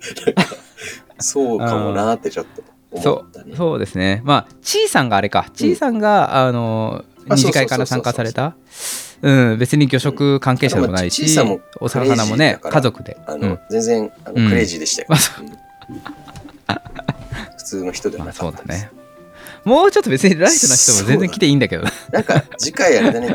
[SPEAKER 4] そうかもなーってちょっと
[SPEAKER 3] そうそうですねまあちいさんがあれかちいさんが、あの
[SPEAKER 4] あ
[SPEAKER 3] 二
[SPEAKER 4] そうそうそうそう
[SPEAKER 3] 次会から参加されたうん別に魚食関係者でもないし、
[SPEAKER 4] うんあのまあちいさんも
[SPEAKER 3] お魚もね
[SPEAKER 4] クレイジーだから
[SPEAKER 3] 家族で
[SPEAKER 4] あ
[SPEAKER 3] う
[SPEAKER 4] の、
[SPEAKER 3] ん
[SPEAKER 4] 全然あ
[SPEAKER 3] う
[SPEAKER 4] の
[SPEAKER 3] ん
[SPEAKER 4] クレイジーでしたよ、
[SPEAKER 3] まあ
[SPEAKER 4] うん普通の人ではなかったです、
[SPEAKER 3] もうちょっと別にライトな人も全然来ていいんだけど
[SPEAKER 4] なんか次回あれだねい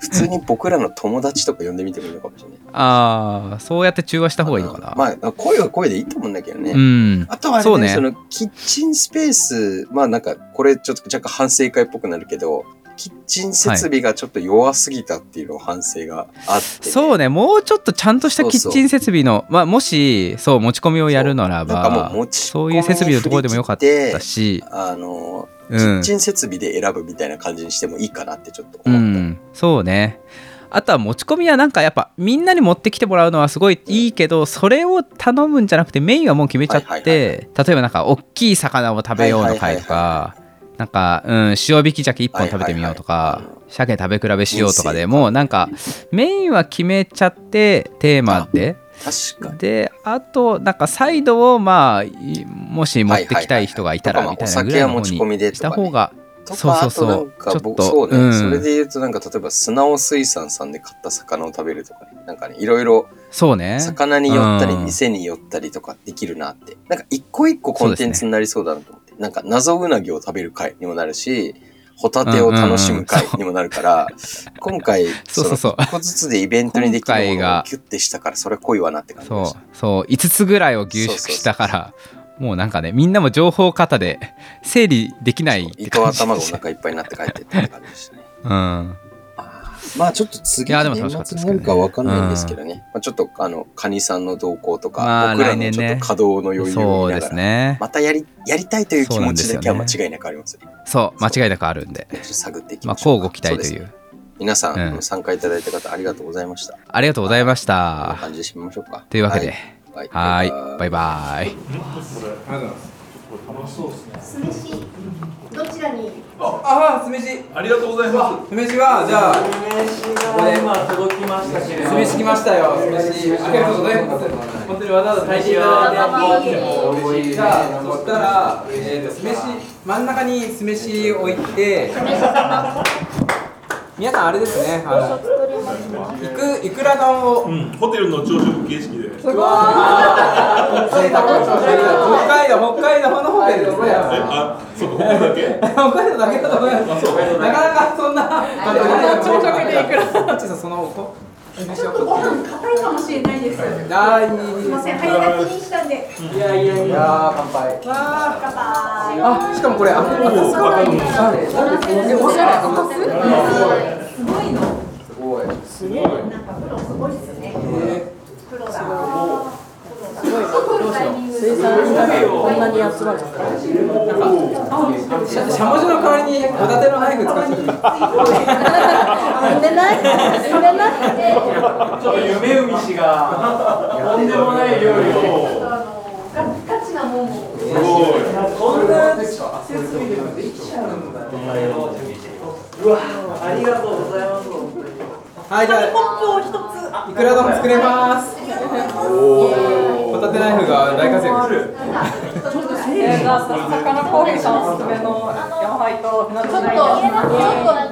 [SPEAKER 4] 普通に僕らの友達とか呼んでみてもいいのかもしれない
[SPEAKER 3] ああそうやって中和した方がいいのかな
[SPEAKER 4] まあ声は声でいいと思うんだけどね、
[SPEAKER 3] うん
[SPEAKER 4] あとはあれ
[SPEAKER 3] そう
[SPEAKER 4] ね
[SPEAKER 3] ね
[SPEAKER 4] そのキッチンスペースまあなんかこれちょっと若干反省会っぽくなるけどキッチン設備がちょっと弱すぎたっていうのを反省があって、
[SPEAKER 3] そうねもうちょっとちゃんとしたキッチン設備のまあもしそう持ち込みをやるなら
[SPEAKER 4] なんか
[SPEAKER 3] ば
[SPEAKER 4] もう持ち
[SPEAKER 3] そういう設備のところでもよかったし
[SPEAKER 4] あの
[SPEAKER 3] うん
[SPEAKER 4] キッチン設備で選ぶみたいな感じにしてもいいかなってちょっと
[SPEAKER 3] うん、そうねあとは持ち込みはなんかやっぱみんなに持ってきてもらうのはすごいいいけどそれを頼むんじゃなくてメインはもう決めちゃって例えばなんか大きい魚を食べようの会とかなんか、うん、塩引き鮭1本食べてみようとか鮭食べ比べしようとかでもうなんかメインは決めちゃってテーマで
[SPEAKER 4] 確か
[SPEAKER 3] であとなんかサイドをまあいもし持ってきたい人がいたらみたいなぐらいの
[SPEAKER 4] お酒は持ち込
[SPEAKER 3] 方
[SPEAKER 4] み
[SPEAKER 3] に
[SPEAKER 4] で
[SPEAKER 3] した
[SPEAKER 4] とかね
[SPEAKER 3] 方が
[SPEAKER 4] と
[SPEAKER 3] そう
[SPEAKER 4] か
[SPEAKER 3] そ
[SPEAKER 4] あ
[SPEAKER 3] うそ
[SPEAKER 4] となん
[SPEAKER 3] う
[SPEAKER 4] か
[SPEAKER 3] ちょっ
[SPEAKER 4] 僕
[SPEAKER 3] と
[SPEAKER 4] そうね、
[SPEAKER 3] うん
[SPEAKER 4] それで言うとなんか例えば砂尾水産さんで買った魚を食べるとかねなんかねいろいろ
[SPEAKER 3] そうね
[SPEAKER 4] 魚に寄ったり
[SPEAKER 3] うん
[SPEAKER 4] 店に寄ったりとかできるなって、なんか一個一個コンテンツになりそうだなと思って、なんか謎うなぎを食べる会にもなるしホタテを楽しむ会にもな
[SPEAKER 3] <laughs>
[SPEAKER 4] るから、今回
[SPEAKER 3] そうそうそう
[SPEAKER 4] の一個ずつでイベントにできるものをギュッてしたからそれ濃いわなって感じ
[SPEAKER 3] そうそう5つぐらいを牛縮したからもうなんかねみんなも情報過多で整理できないって
[SPEAKER 4] 糸
[SPEAKER 3] 感
[SPEAKER 4] は
[SPEAKER 3] じ
[SPEAKER 4] 頭がお腹いっぱいになって帰ってったって感じでした
[SPEAKER 3] <laughs>
[SPEAKER 4] ね
[SPEAKER 3] うん
[SPEAKER 4] まあちょっと次
[SPEAKER 3] いやで
[SPEAKER 4] の
[SPEAKER 3] も
[SPEAKER 4] 年
[SPEAKER 3] 楽しかった
[SPEAKER 4] 末
[SPEAKER 3] です
[SPEAKER 4] に
[SPEAKER 3] け
[SPEAKER 4] な
[SPEAKER 3] どね
[SPEAKER 4] るかわかんないんですけどねまあ、ちょっとあのカニさんの動向とか、
[SPEAKER 3] まあ
[SPEAKER 4] 僕ら
[SPEAKER 3] 来
[SPEAKER 4] の
[SPEAKER 3] 年
[SPEAKER 4] ちょっ
[SPEAKER 3] ね
[SPEAKER 4] と稼働の余裕を
[SPEAKER 3] そう
[SPEAKER 4] 見
[SPEAKER 3] で
[SPEAKER 4] ながら、
[SPEAKER 3] すね
[SPEAKER 4] またやりやりたいという気持ちだけ
[SPEAKER 3] そう
[SPEAKER 4] は
[SPEAKER 3] な
[SPEAKER 4] 間
[SPEAKER 3] んですよね
[SPEAKER 4] 違いなくありますね
[SPEAKER 3] そう間違いなくあるんで
[SPEAKER 4] ちょっと探っていき
[SPEAKER 3] まあ
[SPEAKER 4] ましょう
[SPEAKER 3] 交
[SPEAKER 4] か
[SPEAKER 3] 互期待と
[SPEAKER 4] そ
[SPEAKER 3] いう
[SPEAKER 4] ですね皆さん、
[SPEAKER 3] うん
[SPEAKER 4] あの参加いただいた方ありがとうございました
[SPEAKER 3] ありがとうございました
[SPEAKER 4] 感じで締めましょうか
[SPEAKER 3] というわけで
[SPEAKER 4] はい
[SPEAKER 3] は
[SPEAKER 4] はいい
[SPEAKER 3] バイバ
[SPEAKER 5] あ
[SPEAKER 3] イ
[SPEAKER 5] りがとうございます。
[SPEAKER 4] 楽しそうですね
[SPEAKER 5] 酢飯
[SPEAKER 9] どちらに
[SPEAKER 3] ああ、酢飯。。
[SPEAKER 16] ありがとうございます
[SPEAKER 3] 酢飯は、じゃあ、これ
[SPEAKER 24] 今届きましたけれど
[SPEAKER 3] 酢飯来ましたよ、酢飯。ありがとうございます。本当にわざわざ炊いていただいてあってもじゃあ、そしたら、えーと、酢飯、真ん中に酢飯置いて、皆さんあれですね、あの、いく、いくら丼を、
[SPEAKER 16] ホテルの朝食形式で。
[SPEAKER 3] すごい。贅沢北海道、北海道のホテルですね。
[SPEAKER 16] あ、そうか、ホテルだけ。
[SPEAKER 3] 北海道だけだと思います。なかなかそんな。
[SPEAKER 1] 朝食でいくら
[SPEAKER 3] ら。ちょっとその音。
[SPEAKER 9] ちょっとご飯硬いかもしれないです。すみ
[SPEAKER 3] あーいい
[SPEAKER 9] ません、早炊きにしたんで。
[SPEAKER 3] いやいやいや、乾杯。
[SPEAKER 9] わー、乾杯。
[SPEAKER 3] あ、しかもこれ、あ、あ、おしゃれ、
[SPEAKER 9] すごいの。
[SPEAKER 3] すごい。
[SPEAKER 9] すごい。なんかプロすごいですね。プロだ。すごい。プロだ。生
[SPEAKER 3] こんなに集まる。しゃしゃもじの代わりにホタテのナイフ使って
[SPEAKER 25] 飲
[SPEAKER 3] る。
[SPEAKER 25] んでない
[SPEAKER 9] <laughs>
[SPEAKER 25] 飲んでない
[SPEAKER 24] ちょっと夢海氏がとんでもない料理を
[SPEAKER 9] ガチなもんも。
[SPEAKER 24] すごいこんな設備でもできちゃうんだねうわありがとうございます本当に
[SPEAKER 3] はい、じゃあ、
[SPEAKER 9] ポップを一つ。
[SPEAKER 3] いくら丼作れます。ホタテナイフが大活躍です。
[SPEAKER 1] ちょっとせーの、魚コーヒーさんおすすめのヤンハイと船津ナイフ
[SPEAKER 25] ちょっと